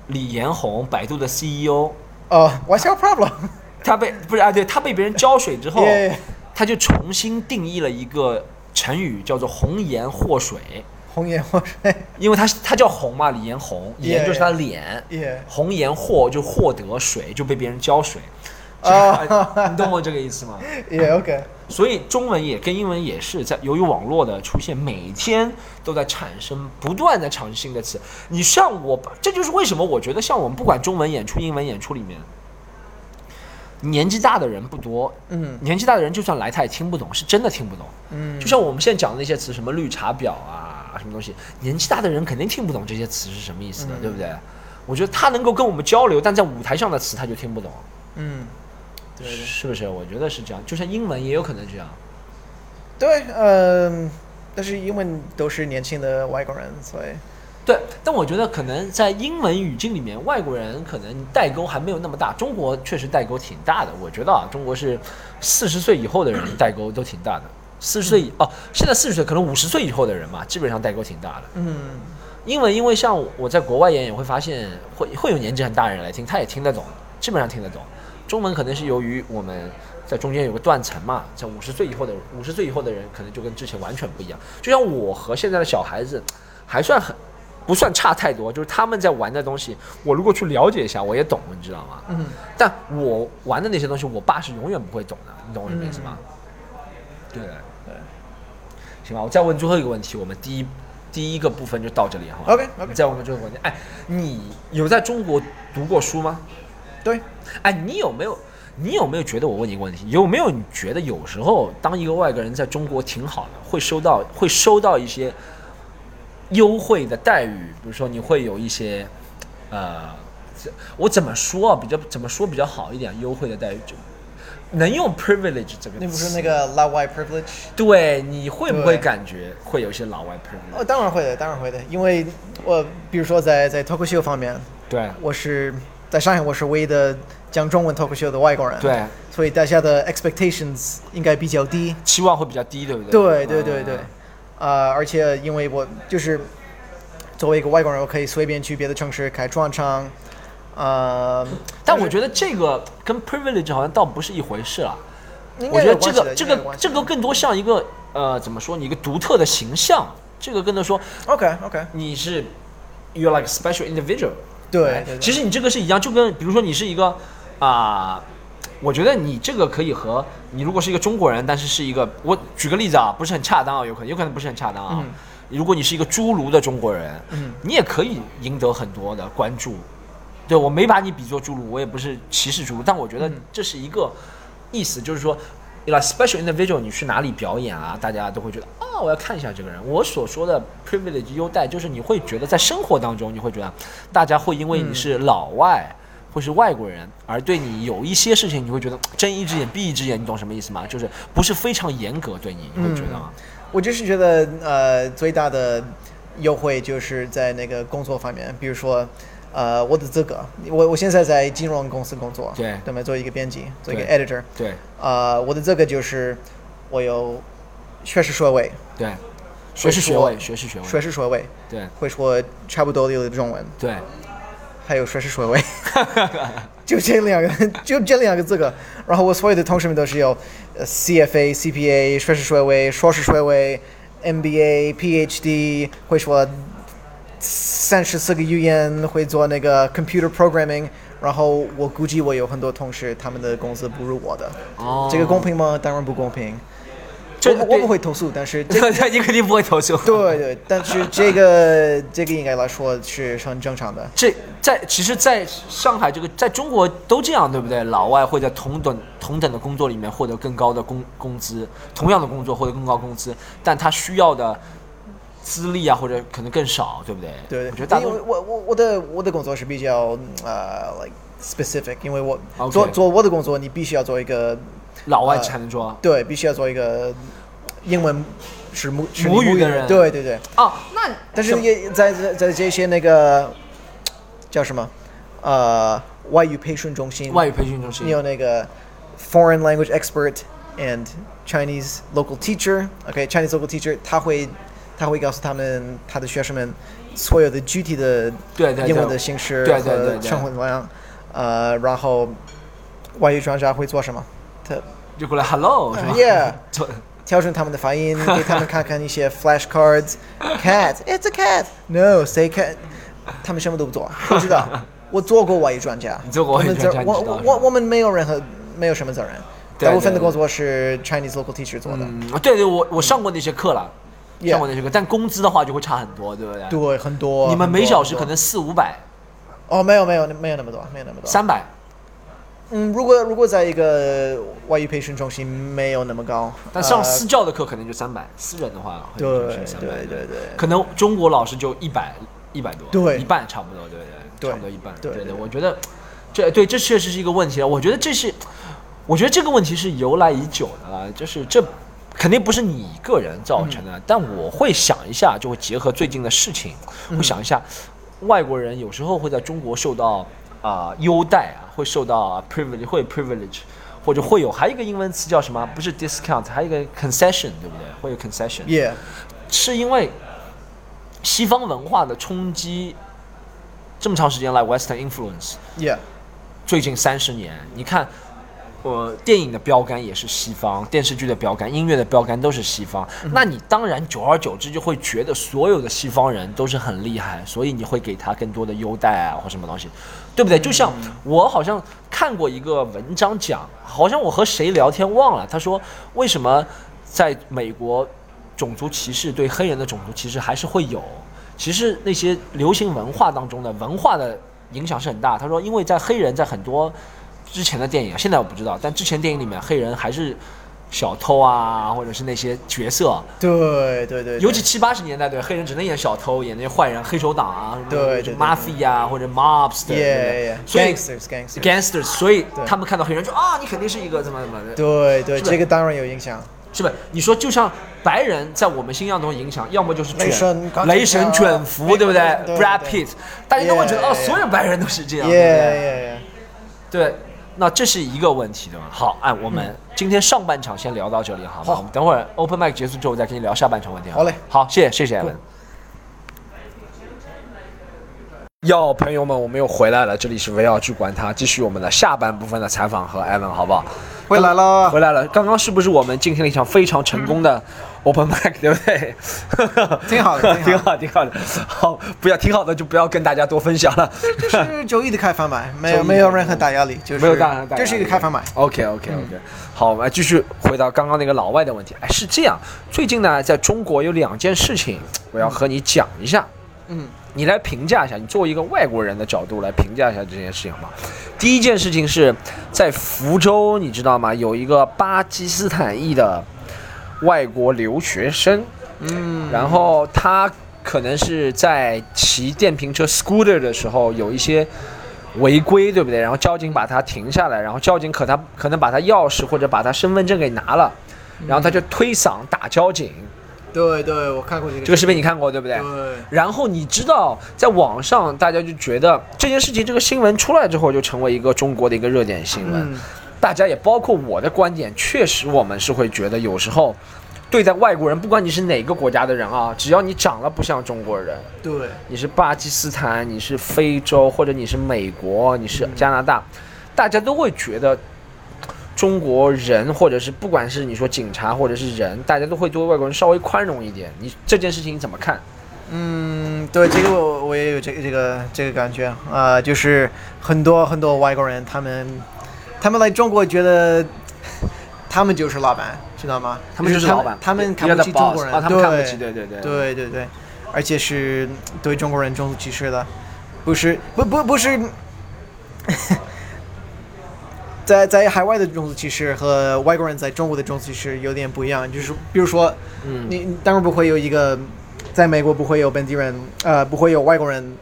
A: 李彦宏，百度的 CEO，
B: 哦、w h a t s your problem？
A: 他被
B: 嗯
A: 不是啊，对他被别人浇水之后
B: Yeah, yeah, yeah.
A: 他就重新定义了一个成语，叫做“红颜祸水
B: 红颜祸水。”，
A: 因为他是他叫红嘛，李彦宏，
B: Yeah,
A: 颜就是他的脸
B: Yeah.
A: 红颜祸就获得水，就被别人浇水。
B: 啊
A: 这个你懂我这个意思吗？
B: Yeah, OK。
A: 所以中文也跟英文也是在由于网络的出现，每天都在产生不断的产生新的词。你像我，这就是为什么我觉得像我们不管中文演出、英文演出里面，年纪大的人不多，
B: 嗯
A: 年纪大的人就算来他也听不懂，是真的听不懂。
B: 嗯
A: 就像我们现在讲的那些词，什么绿茶婊啊，什么东西，年纪大的人肯定听不懂这些词是什么意思的，对不对？我觉得他能够跟我们交流，但在舞台上的词他就听不懂。
B: 嗯，对对
A: 是不是？我觉得是这样，就像英文也有可能这样。
B: 对，嗯、但是英文都是年轻的外国人，所以
A: 对，但我觉得可能在英文语境里面，外国人可能代沟还没有那么大。中国确实代沟挺大的，我觉得啊，中国是四十岁以后的人代沟都挺大的。四十岁以哦，现在四十岁可能五十岁以后的人嘛，基本上代沟挺大的。
B: 嗯
A: 英文因为像我在国外演也会发现会会有年纪很大的人来听，他也听得懂，基本上听得懂。中文可能是由于我们在中间有个断层嘛，在五十岁以后的五十岁以后的人可能就跟之前完全不一样。就像我和现在的小孩子还算很不算差太多，就是他们在玩的东西，我如果去了解一下，我也懂，你知道吗？
B: 嗯
A: 但我玩的那些东西，我爸是永远不会懂的，你懂我什么意思吗？对，
B: 对
A: 行吧，我再问最后一个问题，我们第一第一个部分就到这里好吗
B: OK，OK
A: 你再问个最后一个问题，哎，你有在中国读过书吗？
B: 对，
A: 哎，你有没有你有没有觉得我问你一个问题，有没有你觉得有时候当一个外国人在中国挺好的，会收到会收到一些优惠的待遇，比如说你会有一些呃，这我怎么说啊比较怎么说比较好一点？优惠的待遇就能用 privilege 这个
B: 那不是
A: 词
B: 那个老外 privilege？
A: 对，你会不会
B: 对
A: 感觉会有一些老外 privilege？
B: 哦，当然会的，当然会的，因为我比如说在在脱口秀方面，
A: 对
B: 我是在上海，我是唯一的讲中文脱口秀的外国人，，
A: 对，
B: 所以大家的 expectations 应该比较低。
A: 期望会比较低，对不对？
B: 对对对对
A: 嗯，
B: 呃，而且因为我就是作为一个外国人，我可以随便去别的城市开专场，呃，
A: 但我觉得这个跟 privilege 好像倒不是一回事啊。
B: 应
A: 我
B: 该
A: 觉
B: 有
A: 得这
B: 关系
A: 个
B: 的
A: 这
B: 应该有
A: 个
B: 关系
A: 这个更多像一个呃，怎么说？你一个独特的形象，这个更多说
B: 的 OK OK，
A: 你是 you're like a special individual。哎
B: 对对，
A: 其
B: 实
A: 实你这个是一样，就跟比如说你是一个啊、我觉得你这个可以和你如果是一个中国人，但是是一个我举个例子啊，不是很恰当啊，有可能有可能不是很恰当啊。
B: 嗯
A: 如果你是一个侏儒的中国人，
B: 嗯
A: 你也可以赢得很多的关注。对我没把你比作侏儒，我也不是歧视侏儒，但我觉
B: 嗯
A: 得这是一个意思，就是说。like special individual，你去哪里表演啊？大家都会觉得啊、我要看一下这个人。我所说的 privilege 优待，就是你会觉得在生活当中，你会觉得大家会因为
B: 嗯
A: 你是老外、或是外国人，而对你有一些事情，你会觉得睁一只眼闭一只眼，你懂什么意思吗？就是不是非常严格对你，你会觉得吗？
B: 我就是觉得呃最大的优惠就是在那个工作方面，比如说。呃，我的资格，我我现在在金融公司工作，
A: 对
B: 对吗？做一个编辑，做一个
A: 对
B: editor。
A: 对
B: 呃，我的资格就是我有学士学位，
A: 对，学士学位，学士学位，
B: 学士学位，
A: 对
B: 会说差不多的中文，
A: 对，
B: 还有学士学位，就这两个， 就这两个资格。然后我所有的同事们都是有呃 CFA、CPA、学士学位、硕士学位、MBA、PhD，会说三十四个语言，会做那个 computer programming。然后我估计我有很多同事，他们的工资不如我的，
A: 哦
B: 这个公平吗？当然不公平。
A: 这
B: 我不我不会投诉，但是这
A: 这个 你肯定不会投诉。
B: 对对，但是这个这个应该来说是很正常的。
A: 这在其实，在上海这个在中国都这样，对不对？老外会在同等同等的工作里面获得更高的工工资，同样的工作获得更高工资，但他需要的资历啊，或者可能更少，对不对？
B: 对对，
A: 我觉得大
B: 因
A: 多
B: 为我我我的我的工作是比较呃 like specific，因为我
A: 啊 OK
B: 做做我的工作，你必须要做一个
A: 老
B: 呃
A: 外才能说
B: 对，必须要做一个英文是母是你
A: 母语
B: 语
A: 的人
B: 人，对对对。
A: 哦，那
B: 但
A: 什
B: 是
A: 么
B: 也在在在这些那个叫什么呃外语培训中心，
A: 外语培训中心
B: 你有那个 uh, foreign language expert and Chinese local teacher，OK，Chinese、local teacher，他会他会告诉他们他的学生们所有的具体的
A: 对对对
B: 英文的形式
A: 对对对
B: 和
A: 对
B: 生活怎么样，呃，然后外语专家会做什么？他
A: 就过来 hello 是吧
B: Yeah
A: 做
B: 调整他们的发音，给他们看看一些 flashcards。Cat, it's a cat. No, say cat. 他们什么都不做，不知 道。我做过外语专家，
A: 你做过外语专家
B: 他们责
A: 你知道
B: 我我我们没有任何没有什么责任，
A: 对
B: 大部分的
A: 对
B: 工作是 Chinese local teacher 做的，
A: 嗯，对对，我我上过那些课了，
B: Yeah
A: 上过那些课，但工资的话就会差很多，对不对？
B: 对，很多。
A: 你们
B: 很多
A: 每小时可
B: 很多
A: 能四五百、
B: 哦，没有没有没有那么多，没有那么多。
A: 三百，
B: 嗯，如果如果在一个外语培训中心没有那么高，
A: 但上
B: 呃
A: 私教的课可能就三百，私人的话会
B: 对
A: 就
B: 呃对
A: 是300
B: 对对对。
A: 可能中国老师就一百一百多，
B: 对
A: 一半差不多，对不对？
B: 对
A: 差不多一半，
B: 对
A: 对
B: 对
A: 我觉得这对这确实是一个问题啊。我觉得这是，我觉得这个问题是由来已久的了，就是这肯定不是你个人造成的，但我会想一下，就会结合最近的事情，会想一下，外国人有时候会在中国受到啊、优待啊，会受到 privilege，会 privilege。或者会有，还有一个英文词叫什么？不是 discount，还有一个 concession，对不对？会有 concession。
B: Yeah，
A: 是因为西方文化的冲击，这么长时间来 Western influence，
B: yeah，
A: 最近三十年，你看，呃，电影的标杆也是西方，电视剧的标杆、音乐的标杆都是西方。那你当然久而久之就会觉得所有的西方人都是很厉害，所以你会给他更多的优待啊，或什么东西，对不对？就像我好像看过一个文章讲，好像我和谁聊天忘了，他说为什么在美国种族歧视对黑人的种族歧视还是会有。其实那些流行文化当中的文化的影响是很大。他说，因为在黑人在很多之前的电影，现在我不知道，但之前电影里面黑人还是小偷啊，或者是那些角色，
B: 对对对，
A: 尤
B: 对
A: 其七八十年代对黑人只能演小偷，演那些坏人、黑手党啊，什么
B: 对对对
A: mafia 啊或者 mobs 的，
B: yeah yeah，
A: 所以
B: gangsters gangsters。
A: gangsters，所以
B: 对
A: 他们看到黑人说啊，你肯定是一个怎么怎么的，
B: 对对，
A: 是的
B: 这个当然有影响。
A: 是吧？你说就像白人在我们心象中影响，要么就是卷
B: 雷神钢铁侠
A: 雷神卷福，对不对
B: 对对对
A: ？Brad Pitt，大家都会觉得
B: Yeah,
A: 哦，
B: yeah.
A: 所有白人都是这样，
B: 耶
A: 对不对
B: 耶耶！
A: 对，那这是一个问题，对吧？好，哎，我们今天上半场先聊到这里，好吗？
B: 嗯好
A: 我们等会儿 Open Mic 结束之后再跟你聊下半场问题。
B: 好嘞嗯
A: 好，谢谢，谢谢艾文。哟，朋友们，我们又回来了，这里是围绕去管他，继续我们的下半部分的采访和艾文，好不好？
B: 回来了，
A: 回来了，刚刚是不是我们进行了一场非常成功的 open mic，对不对？
B: 嗯 挺好的
A: 挺
B: 挺
A: 好，挺好的。好，不要挺好的就不要跟大家多分享了，
B: 这是周一的开放麦，没
A: 周
B: 有
A: 一
B: 没有任何大压力，就是
A: 没有大大
B: 这是一个开放麦。嗯
A: OK OK OK，、好，我们继续回到刚刚那个老外的问题。哎，是这样，最近呢，在中国有两件事情，我要和你讲一下。
B: 嗯，
A: 你来评价一下，你作为一个外国人的角度来评价一下这件事情好吗？第一件事情是在福州，你知道吗？有一个巴基斯坦裔的外国留学生，嗯，然后他可能是在骑电瓶车 scooter 的时候有一些违规，对不对？然后交警把他停下来，然后交警可他可能把他钥匙或者把他身份证给拿了，然后他就推搡打交警。
B: 对对，我看过这个
A: 这个嗯视频你看过对不对？
B: 对
A: 然后你知道，在网上大家就觉得这件事情，这个新闻出来之后，就成为一个中国的一个热点新闻。
B: 嗯
A: 大家也包括我的观点，确实我们是会觉得有时候对待外国人，不管你是哪个国家的人啊，只要你长得不像中国人，
B: 对
A: 你是巴基斯坦，你是非洲，或者你是美国，你是加拿大，大家都会觉得中国人，或者是不管是你说警察或者是人，大家都会对外国人稍微宽容一点。你这件事情怎么看？
B: 嗯，对这个我我也有这个这个这个感觉啊、呃就是很多很多外国人，他们他们来中国觉得他们就是老板，知道吗？
A: 他们就是老板
B: 他们
A: ，You're
B: 他们看不起
A: the boss，
B: 中国人，
A: 啊他们看不起对对对嗯
B: 对对对，而且是对中国人种族歧视的，不是不不不是。 在在海外的种族歧视和外国人在中国的种族歧视有点不一样，就是比如说，
A: 嗯
B: 你你当然不会有一个，在美国不会有本地人，呃，不会有外国人，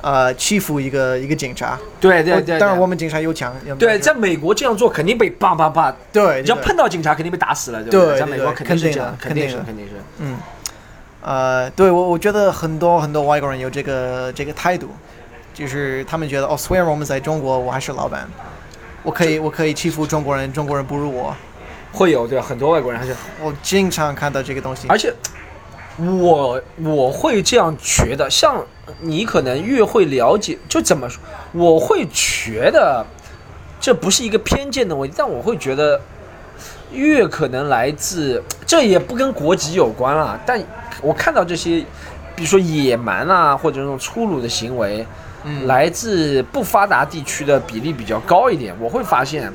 B: 呃欺负一个一个警察。
A: 对对
B: 我
A: 对，
B: 当然
A: 对
B: 我们警察又强。要
A: 对
B: 要
A: 在美国这样做肯定被叭叭叭，
B: 对，
A: 你要
B: 对
A: 碰到警察肯定被打死了，对不
B: 对
A: 在
B: 对
A: 美国
B: 对
A: 肯定是
B: 肯定
A: 这样
B: 的，
A: 肯定是
B: 肯定的
A: 肯定是。
B: 嗯，呃，对我我觉得很多很多外国人有这个这个态度，就是他们觉得哦，虽然我们在中国，我还是老板，我可以我可以欺负中国人，中国人不如我。
A: 会有对很多外国人还是，
B: 我经常看到这个东西。
A: 而且我我会这样觉得，像你可能越会了解，就怎么说，我会觉得这不是一个偏见的问题，但我会觉得越可能来自这也不跟国籍有关啊，但我看到这些，比如说野蛮啊，或者那种粗鲁的行为，
B: 嗯
A: 来自不发达地区的比例比较高一点，我会发现。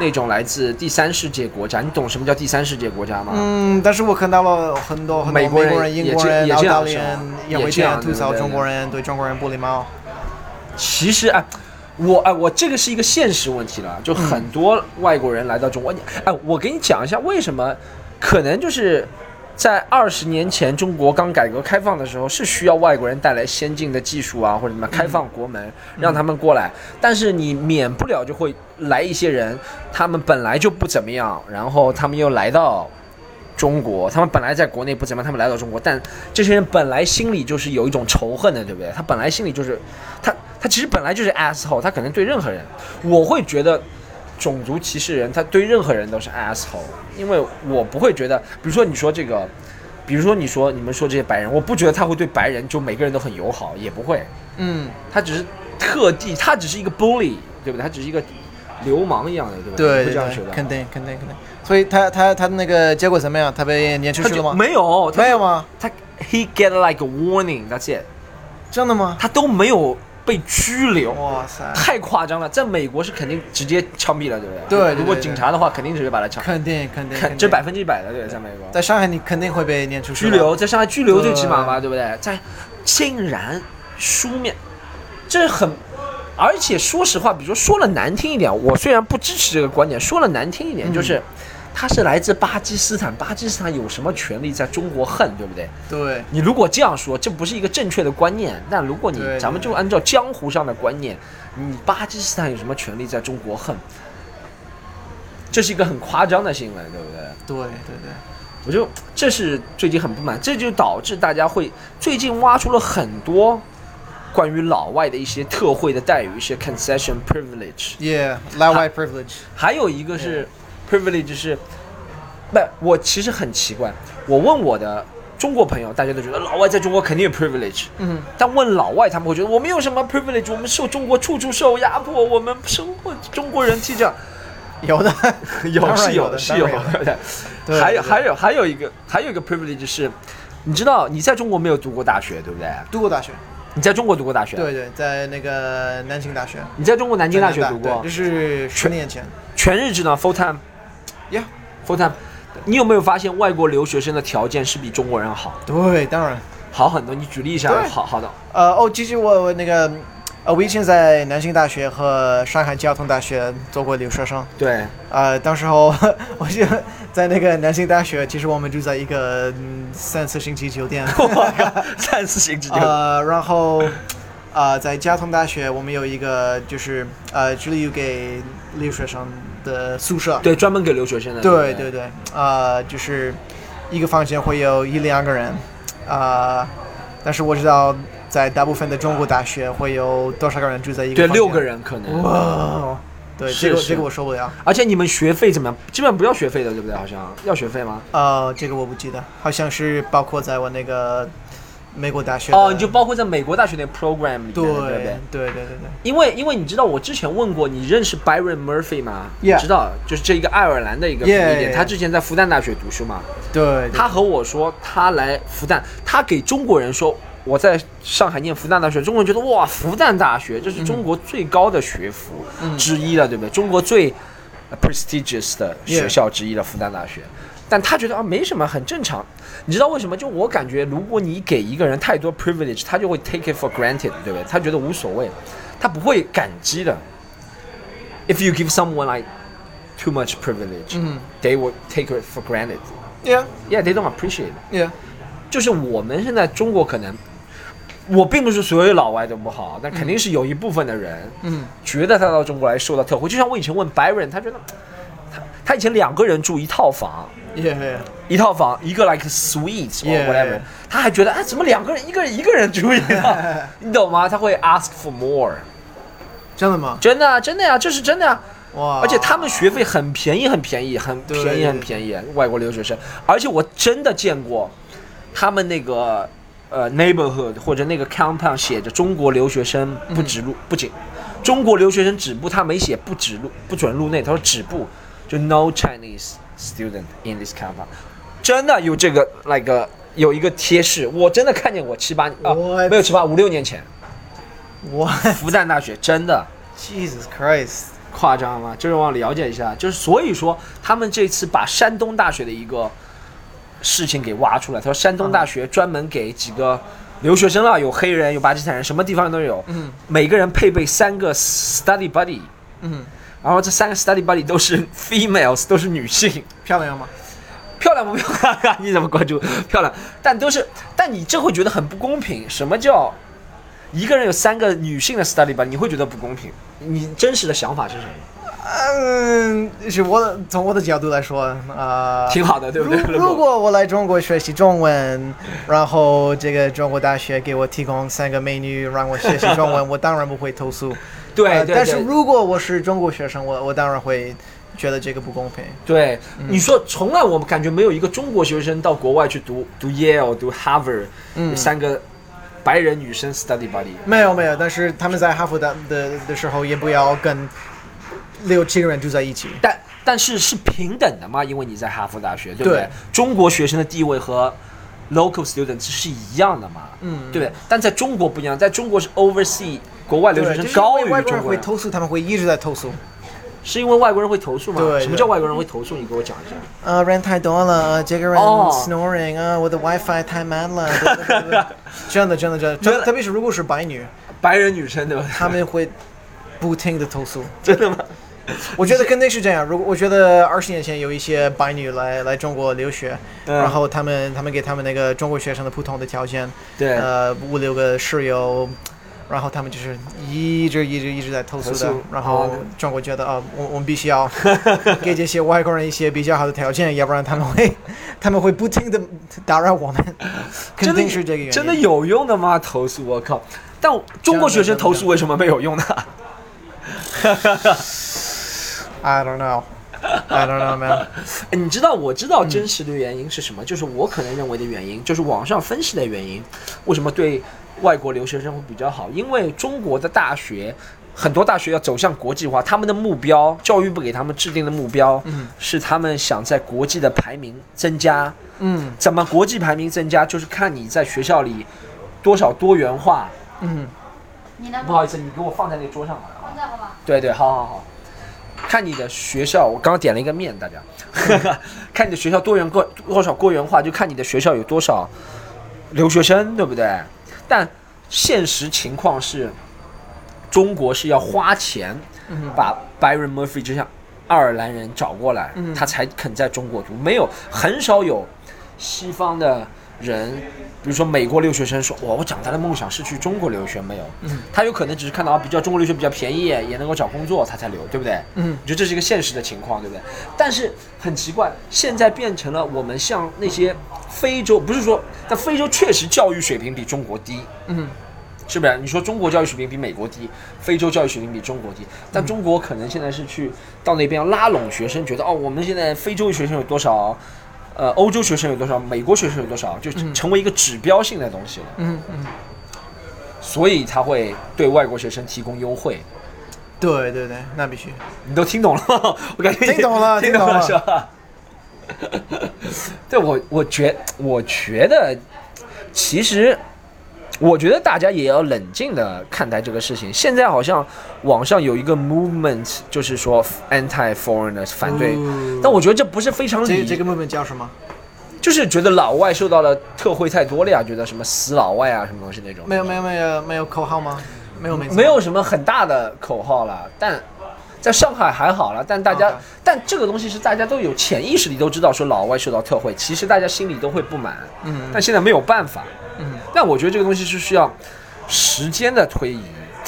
A: 那种来自第三世界国家，你懂什么叫第三世界国家吗？
B: 嗯，但是我看到了很多很多
A: 美
B: 美
A: 国
B: 国
A: 人
B: 人、英
A: 也
B: 国
A: 这
B: 人、
A: 也
B: 澳
A: 这样
B: 大
A: 的
B: 利
A: 是吧
B: 亚人
A: 也
B: 也
A: 这
B: 会这
A: 样
B: 样
A: 对
B: 吐
A: 不
B: 槽
A: 对
B: 中
A: 对
B: 国人，对中国人不礼貌。
A: 其实哎，我哎我这个是一个现实问题了，啊就很多外国人来到中国，你哎我给你讲一下为什么，可能就是在二十年前中国刚改革开放的时候，是需要外国人带来先进的技术啊或者什么开放国门、让他们过来，但是你免不了就会来一些人，他们本来就不怎么样，然后他们又来到。中国，他们本来在国内不怎么样，他们来到中国，但这些人本来心里就是有一种仇恨的，对不对？他本来心里就是，他他其实本来就是 asshole，他可能对任何人，我会觉得种族歧视人，他对任何人都是 asshole，因为我不会觉得，比如说你说这个，比如说你说你们说这些白人，我不觉得他会对白人就每个人都很友好，也不会，
B: 嗯，
A: 他只是特地，他只是一个 bully，对不对？他只是一个流氓一样的，对不
B: 对
A: 你会
B: 对
A: 这样
B: 对
A: 觉得？
B: 肯定肯定肯定。所以他他他那个结果怎么样？他被撵出
A: 他
B: 去
A: 就
B: 了吗？
A: 没有，他
B: 没有吗？
A: 他 he get like a warning，that's it，
B: 真的吗？
A: 他都没有被拘留。
B: 哇塞，
A: 太夸张了，在美国是肯定直接枪毙了，对不对？
B: 对对对
A: 如果警察的话，肯定直接把他枪，
B: 肯定肯定，
A: 肯
B: 肯
A: 这
B: 定
A: 百分之百的，对，在美国。
B: 在上海你肯定会被撵出去
A: 拘
B: 了。
A: 留，在上海拘留最起码吧，对不对？在竟然书面，这很，而且说实话，比如说说了难听一点，我虽然不支持这个观点，说了难听一点就是。
B: 嗯
A: 他是来自巴基斯坦，巴基斯坦有什么权利在中国恨，对不对？
B: 对
A: 你如果这样说，这不是一个正确的观念。但如果你
B: 对对
A: 咱们就按照江湖上的观念，你巴基斯坦有什么权利在中国恨？这是一个很夸张的新闻，对不对？
B: 对对对，
A: 我就这是最近很不满，这就导致大家会最近挖出了很多关于老外的一些特惠的待遇，一些 concession privilege。
B: 也 l i white privilege。
A: 还有一个是 privilege 是，不，我其实很奇怪，我问我的中国朋友，大家都觉得老外在中国肯定有 privilege，
B: 嗯，
A: 但问老外，他们会觉得我们有什么 privilege？我们受中国处处受压迫，我们生活中国人气这样。
B: 有的当
A: 有
B: 然
A: 是
B: 有
A: 的，
B: 的
A: 是
B: 当
A: 有
B: 然
A: 的。
B: 对
A: 还有
B: 对
A: 还有还有一个还有一个 privilege 是，你知道你在中国没有读过大学，对不对？
B: 读过大学，
A: 你在中国读过大学？
B: 对。对，在那个南京大学，
A: 你在中国南京大学读过
B: 对这是十年前。
A: 全日制呢，full time
B: Yeah，
A: full time。你有没有发现外国留学生的条件是比中国人好，
B: 对，当然。
A: 好很多？你举例一下，
B: 对
A: 好好的。
B: 呃，哦，其实我我那个，呃，我以前在南京大学和上海交通大学做过留学生。
A: 对，
B: 呃，当时候 我就在那个南京大学，其实我们住在一个、嗯、三四星级酒 店。
A: 我靠，三四星之间。
B: 呃，然后呃，在交通大学，我们有一个就是呃，只留给留学生的宿舍。
A: 对，专门给留学生的。
B: 对
A: 不
B: 对对，呃，就是一个房间会有一两个人，呃，但是我知道在大部分的中国大学会有多少个人住在一个
A: 对，
B: 房
A: 六个
B: 间。
A: 人可能。
B: 哇，对，
A: 是
B: 这个
A: 是
B: 这个我受不了，
A: 而且你们学费怎么样？基本不要学费的，对不对？好像要学费吗？
B: 呃，这个我不记得，好像是包括在我那个美国大学的。
A: 哦，你就包括在美国大学那个 program 里面，
B: 对
A: 对不对
B: 对？对对对，
A: 因为因为你知道我之前问过你认识 Byron Murphy 吗
B: Yeah
A: 你知道就是这一个爱尔兰的一个
B: Yeah,
A: 一点
B: yeah,
A: 他之前在复旦大学读书嘛，
B: 对对
A: 他和我说他来复旦，他给中国人说我在上海念复旦大学，中国人觉得哇复旦大学这是中国最高的学府
B: 嗯
A: 之一了，对不对？中国最 prestigious 的学校之一了，复旦大学。但他觉得啊没什么，很正常。你知道为什么？就我感觉，如果你给一个人太多 privilege，他就会 take it for granted，对不对？他觉得无所谓，他不会感激的。If you give someone like too much privilege，、
B: 嗯
A: they will take it for granted。
B: ，yeah
A: Yeah, they don't appreciate. it.
B: yeah，
A: 就是我们现在中国可能，我并不是所有老外都不好，但肯定是有一部分的人，
B: 嗯，
A: 觉得他到中国来受到特惠。就像我以前问白人，他觉得他他以前两个人住一套房，
B: 也没有
A: 一套房一个 like suite or
B: Yeah,
A: whatever，
B: yeah.
A: 他还觉得哎怎么两个人一个人一个人住一 套，你懂吗？他会 ask for more，
B: 真的吗？
A: 真的啊真的呀、这是真的呀、
B: 哇！
A: 而且他们学费很便宜，很便宜，很
B: 对
A: 便宜，很便宜。外国留学生，而且我真的见过，他们那个呃 neighborhood 或者那个 compound 写着中国留学生不止
B: 嗯
A: 入、不仅中国留学生止步，他没写不止入不准入内，他说止步，就 no Chinese student in this compound。真的有这个那个有一个贴士，我真的看见过七八啊、
B: What？
A: 没有七八五六年前，
B: 我
A: 复旦大学真的。
B: Jesus Christ！
A: 夸张吗？就是我了解一下，就是所以说他们这次把山东大学的一个事情给挖出来。他说山东大学专门给几个留学生啊，有黑人，有巴基斯坦人，什么地方都有，
B: 嗯
A: 每个人配备三个 study buddy，
B: 嗯，
A: 然后这三个 study buddy 都是 females，都是女性。
B: 漂亮吗？
A: 漂亮不漂亮？你怎么关注漂亮？但都是，但你这会觉得很不公平。什么叫一个人有三个女性的 study buddy？你会觉得不公平？你真实的想法是什么？
B: 嗯，是我的从我的角度来说，啊、呃，
A: 挺好的，对不对？
B: 如如果我来中国学习中文，然后这个中国大学给我提供三个美女让我学习中文，我当然不会投诉。
A: 对
B: 呃
A: 对
B: 但是
A: 对
B: 如果我是中国学生，我我当然会觉得这个不公平。
A: 对，
B: 嗯
A: 你说从来我们感觉没有一个中国学生到国外去读读 Yale、读 Harvard，、有
B: 嗯
A: 三个白人女生 study buddy。
B: 没有没有，但是他们在哈佛的的的时候，也不要跟六七个人住在一起。
A: 但但是是平等的嘛？因为你在哈佛大学，对不对？
B: 对
A: 中国学生的地位和 local student 是一样的嘛？
B: 嗯
A: 对不对？但在中国不一样，在中国是 oversea 国外留
B: 对，
A: 学
B: 就
A: 生
B: 是
A: 高
B: 因
A: 于
B: 为外国
A: 中
B: 人
A: 国
B: 会
A: 人，
B: 投诉，他们会一直在投诉。
A: 是因为外国人会投诉嘛？
B: 对
A: 什么
B: 对
A: 叫外国人会投诉？你给我讲一下。
B: 啊，人太多了，啊这个人
A: 哦
B: snoring 啊，我的 WiFi 太慢了，对对对对真的真的真的
A: 原
B: 真
A: 来
B: 的，特别是如果是白女，
A: 白人女生对吧？
B: 他们会不停的投诉。
A: 真的吗？
B: 我觉得肯定是这样。如果我觉得二十年前有一些白女来来中国留学，
A: 嗯
B: 然后他们他们给他们那个中国学生的普通的条件，
A: 对，
B: 呃，五六个室友，然后他们就是一直一直一直在投诉
A: 投
B: 的
A: 诉。
B: 然后
A: 哦
B: 中国觉得啊、我我们必须 要给这些外国人一些比较好的条件，要不然他们会他们会不停的打扰我们，肯
A: 真的
B: 定是这个原因。
A: 真的有用的吗？投诉我靠！但中国学生投诉为什么没有用呢？
B: ，I don't know。I don't know, man。
A: 哎 你知道我知道真实的原因是什么？就是我可能认为的原因，就是网上分析的原因，为什么对外国留学生会比较好？因为中国的大学。很多大学要走向国际化，他们的目标，教育部给他们制定的目标，
B: 嗯
A: 是他们想在国际的排名增加，
B: 嗯
A: 怎么国际排名增加，就是看你在学校里多少多元化。
B: 嗯，
C: 你呢？
A: 不好意思，你给我放在那个桌上来啊。
C: 放在好吧？
A: 对对，好好好。看你的学校，我刚刚点了一个面，大家 看你的学校多元个多少多元化，就看你的学校有多少留学生，对不对？但现实情况是，中国是要花钱
B: 嗯
A: 把 Byron Murphy 就像爱尔兰人找过来，
B: 嗯
A: 他才肯在中国读，没有很少有西方的人，比如说美国留学生说，哇，我长大的梦想是去中国留学，没有，
B: 嗯
A: 他有可能只是看到啊比较中国留学比较便宜，也能够找工作，他才留，对不对？
B: 嗯
A: 你觉得这是一个现实的情况，对不对？但是很奇怪，现在变成了我们像那些非洲，不是说，但非洲确实教育水平比中国低，
B: 嗯，
A: 是不是？你说中国教育水平比美国低，非洲教育水平比中国低，但中国可能现在是去到那边要拉拢学生，觉得哦，我们现在非洲学生有多少，呃，欧洲学生有多少，美国学生有多少，就成为一个指标性的东西了，
B: 嗯嗯，
A: 所以他会对外国学生提供优惠。
B: 对对对，那必须。
A: 你都听懂了吗？我感觉你
B: 听懂了
A: 听
B: 听懂
A: 了
B: 了
A: 是吧？ 对我，我觉我觉得，其实我觉得大家也要冷静的看待这个事情。现在好像网上有一个 movement，就是说 anti foreigners 反对，
B: 哦
A: 但我觉得这不是非常
B: 这
A: 理，
B: 这个 movement 叫什么？
A: 就是觉得老外受到了特惠太多了呀，觉得什么死老外啊，什么东西那种。
B: 没有没有没有没有口号吗？没有名字吗
A: 没有什么很大的口号了，但在上海还好了。但大家
B: OK
A: 但这个东西是大家都有潜意识里都知道，说老外受到特惠，其实大家心里都会不满。
B: 嗯
A: 但现在没有办法。
B: 嗯
A: 但我觉得这个东西是需要时间的推移。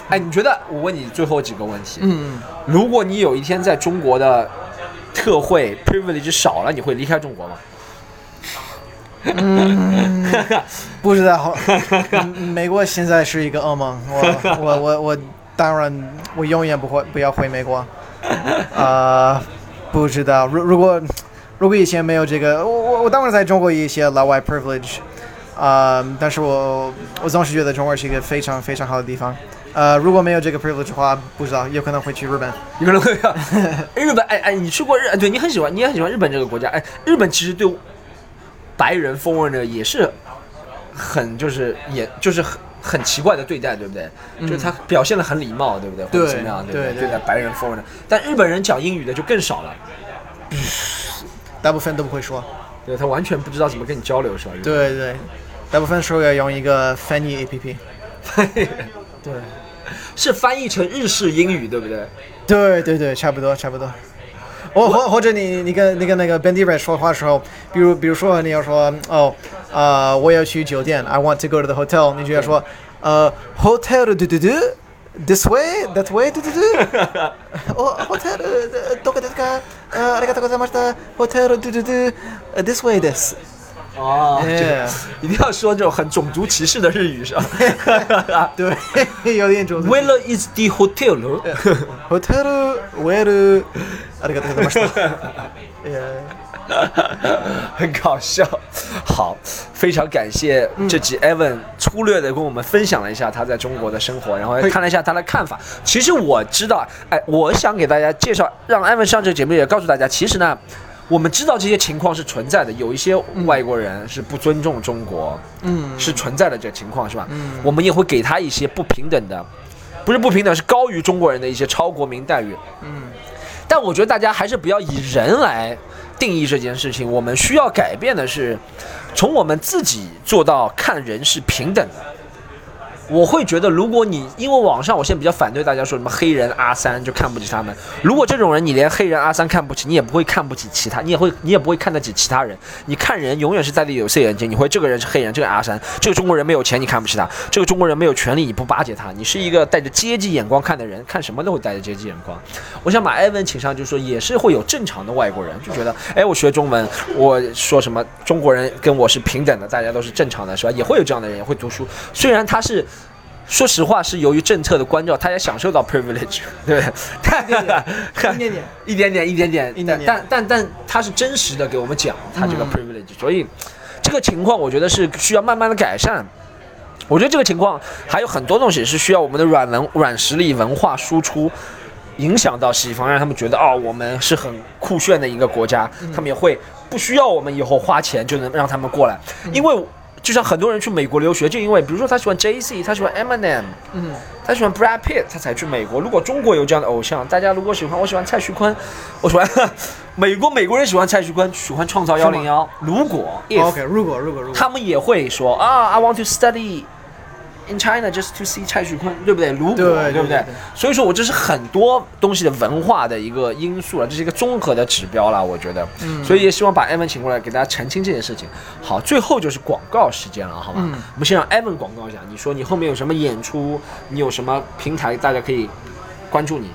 A: 哎，你觉得？我问你最后几个问题。
B: 嗯，
A: 如果你有一天在中国的特惠 privilege 少了，你会离开中国吗？
B: 不知道，嗯美国现在是一个噩梦。我我我我，当然我永远不会不要回美国。呃，不知道，如如果如果以前没有这个，我我我当然在中国有一些老外 privilege，呃，但是我我总是觉得中国是一个非常非常好的地方。呃，如果没有这个 privilege 的话，不知道有可能会去日本。
A: 有人会要日本？哎哎，你去过日？对你很喜欢，你也很喜欢日本这个国家。哎，日本其实对白人风味呢也是很就是也就是很很奇怪的对待，对不对？就是他表现的很礼貌，对不嗯对？或者
B: 对
A: 怎么样，对不
B: 对
A: 对
B: 对
A: 待白人风味的，但日本人讲英语的就更少了，
B: 大部分都不会说。
A: 对他完全不知道怎么跟你交流，是吧？
B: 对对，大部分时候要用一个翻译 APP。
A: 对，
B: 对，
A: 是翻译成日式英语，对不对？
B: 对对对，差不多差不多。或或或者你你跟你跟那个本地人说话的时候，比如比如说你要说哦，呃，我要去酒店，I want to go to the hotel，你就要说呃，hotel 嘟嘟嘟，this way that way 嘟嘟嘟，哦，hotel どこですか？呃，ありがとうございました。hotel 嘟嘟嘟，this way this。
A: 哦这个
B: Yeah
A: 一定要说这种很种族歧视的日 语，是吧？
B: 对，有点种族。
A: Where is the hotel？
B: hotel where ありがとうございました。Yeah.
A: 很搞笑。好，非常感谢这集 Evan 粗略的跟我们分享了一下他在中国的生活，然后也看了一下他的看法。其实我知道，哎，我想给大家介绍，让 Evan 上这个节目也告诉大家，其实呢。我们知道这些情况是存在的，有一些外国人是不尊重中国，
B: 嗯，
A: 是存在的这个情况，是吧？嗯，我们也会给他一些不平等的，不是不平等，是高于中国人的一些超国民待遇。但我觉得大家还是不要以人来定义这件事情。我们需要改变的是，从我们自己做到看人是平等的。我会觉得，如果你因为网上我现在比较反对大家说什么黑人阿三就看不起他们，如果这种人你连黑人阿三看不起，你也不会看不起其他，你也会你也不会看得起其他人。你看人永远是戴着有色眼镜，你会这个人是黑人，这个人阿三，这个中国人没有钱你看不起他，这个中国人没有权利你不巴结他，你是一个带着阶级眼光看的人，看什么都会带着阶级眼光。我想把艾文请上，就是说也是会有正常的外国人就觉得，哎，我学中文，我说什么中国人跟我是平等的，大家都是正常的，是吧？也会有这样的人，也会读书。虽然他是，说实话是由于政策的关照，他也享受到 privilege，对不对？但
B: 一点点，
A: 一点 点，一点点，
B: 一点点
A: 但但但但他是真实的给我们讲他这个 privilege，、所以这个情况我觉得是需要慢慢的改善。我觉得这个情况还有很多东西是需要我们的软文软实力文化输出，影响到西方，让他们觉得哦，我们是很酷炫的一个国家，他们也会不需要我们以后花钱就能让他们过来，
B: 嗯
A: 因为就像很多人去美国留学，就因为比如说他喜欢 J C，他喜欢 Eminem，
B: 嗯，
A: 他喜欢 Brad Pitt，他才去美国。如果中国有这样的偶像，大家如果喜欢，我喜欢蔡徐坤，我喜欢 美国美国人喜欢蔡徐坤，喜欢创造幺零幺。如果 if
B: OK，如果如果如果
A: 他们也会说啊，I want to study in China just to see 蔡徐坤，对不对？如果
B: 对对
A: 不
B: 对对
A: 所以说我这是很多东西的文化的一个因素了，这是一个综合的指标了，我觉得。嗯。所以也希望把艾文请过来给大家澄清这件事情。好，最后就是广告时间了，好吧？
B: 嗯
A: 我们先让艾文广告一下，你说你后面有什么演出，你有什么平台，大家可以关注你。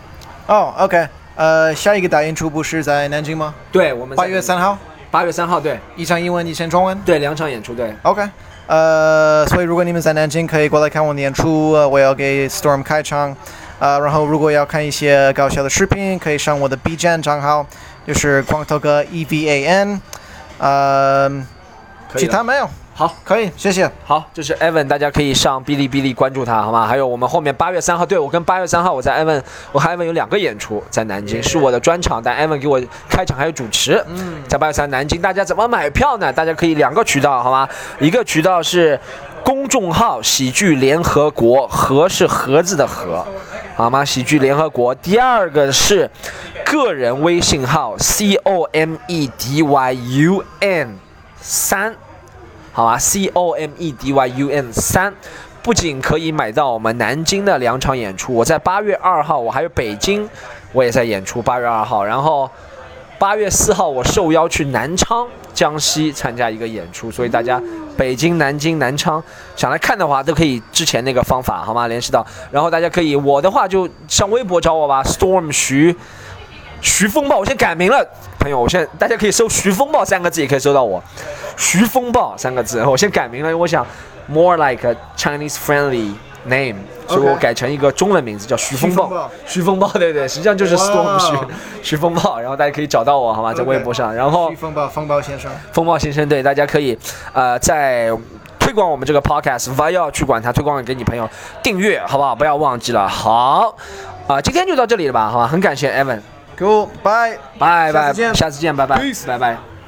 B: 哦、o k 呃，下一个大演出不是在南京吗？
A: 对，我们在
B: 八月，三号，
A: 八月三号，对
B: 一场英文，一场中文。
A: 对，两场演出，对。
B: OK，呃，所以如果你们在南京，可以过来看我的演出，呃我要给 Storm 开场。呃，然后如果要看一些搞笑的视频，可以上我的 B 站账号，就是光头哥 E V A N。呃，
A: 可以啊
B: 其
A: 了
B: 他没有，
A: 好，
B: 可以，谢谢。
A: 好，这是 Evan，大家可以上哔哩哔哩关注他，好吗？还有我们后面八月三号，对我跟八月三号我在 Evan，我和 Evan 有两个演出在南京，是我的专场，但 Evan 给我开场还有主持，嗯，在八月三南京，大家怎么买票呢？大家可以两个渠道，好吗？一个渠道是公众号“喜剧联合国”，和是盒子的盒，好吗？喜剧联合国。第二个是个人微信号 “c o m e d y u n 三”。好吧，C O M E D Y U N 三。不仅可以买到我们南京的两场演出，我在八月二号，我还有北京，我也在演出八月二号。然后八月四号我受邀去南昌，江西参加一个演出，所以大家北京、南京、南昌想来看的话，都可以之前那个方法好吗？联系到，然后大家可以我的话就上微博找我吧，Storm 徐。徐风暴，我先改名了，朋友，我现在大家可以搜“徐风暴”三个字，也可以搜到我。徐风暴三个字，我先改名了，因为我想 more like a Chinese friendly name，所以我
B: OK
A: 改成一个中文名字叫徐风
B: 徐风
A: 暴
B: 暴。
A: 徐风暴，对对，实际上就是 storm
B: 哇
A: 徐 徐风暴，然后大家可以找到我好吗？在微博上，然后
B: 徐风暴风暴先生，
A: 风暴新生队，大家可以呃在推广我们这个 podcast via 去管它，推广给你朋友订阅，好不好？不要忘记了。好，啊、今天就到这里了吧，好吧？很感谢 Evan。
B: Cool，bye，
A: 拜拜
B: 下次见，
A: 下次见，拜拜
B: Peace，
A: 拜拜。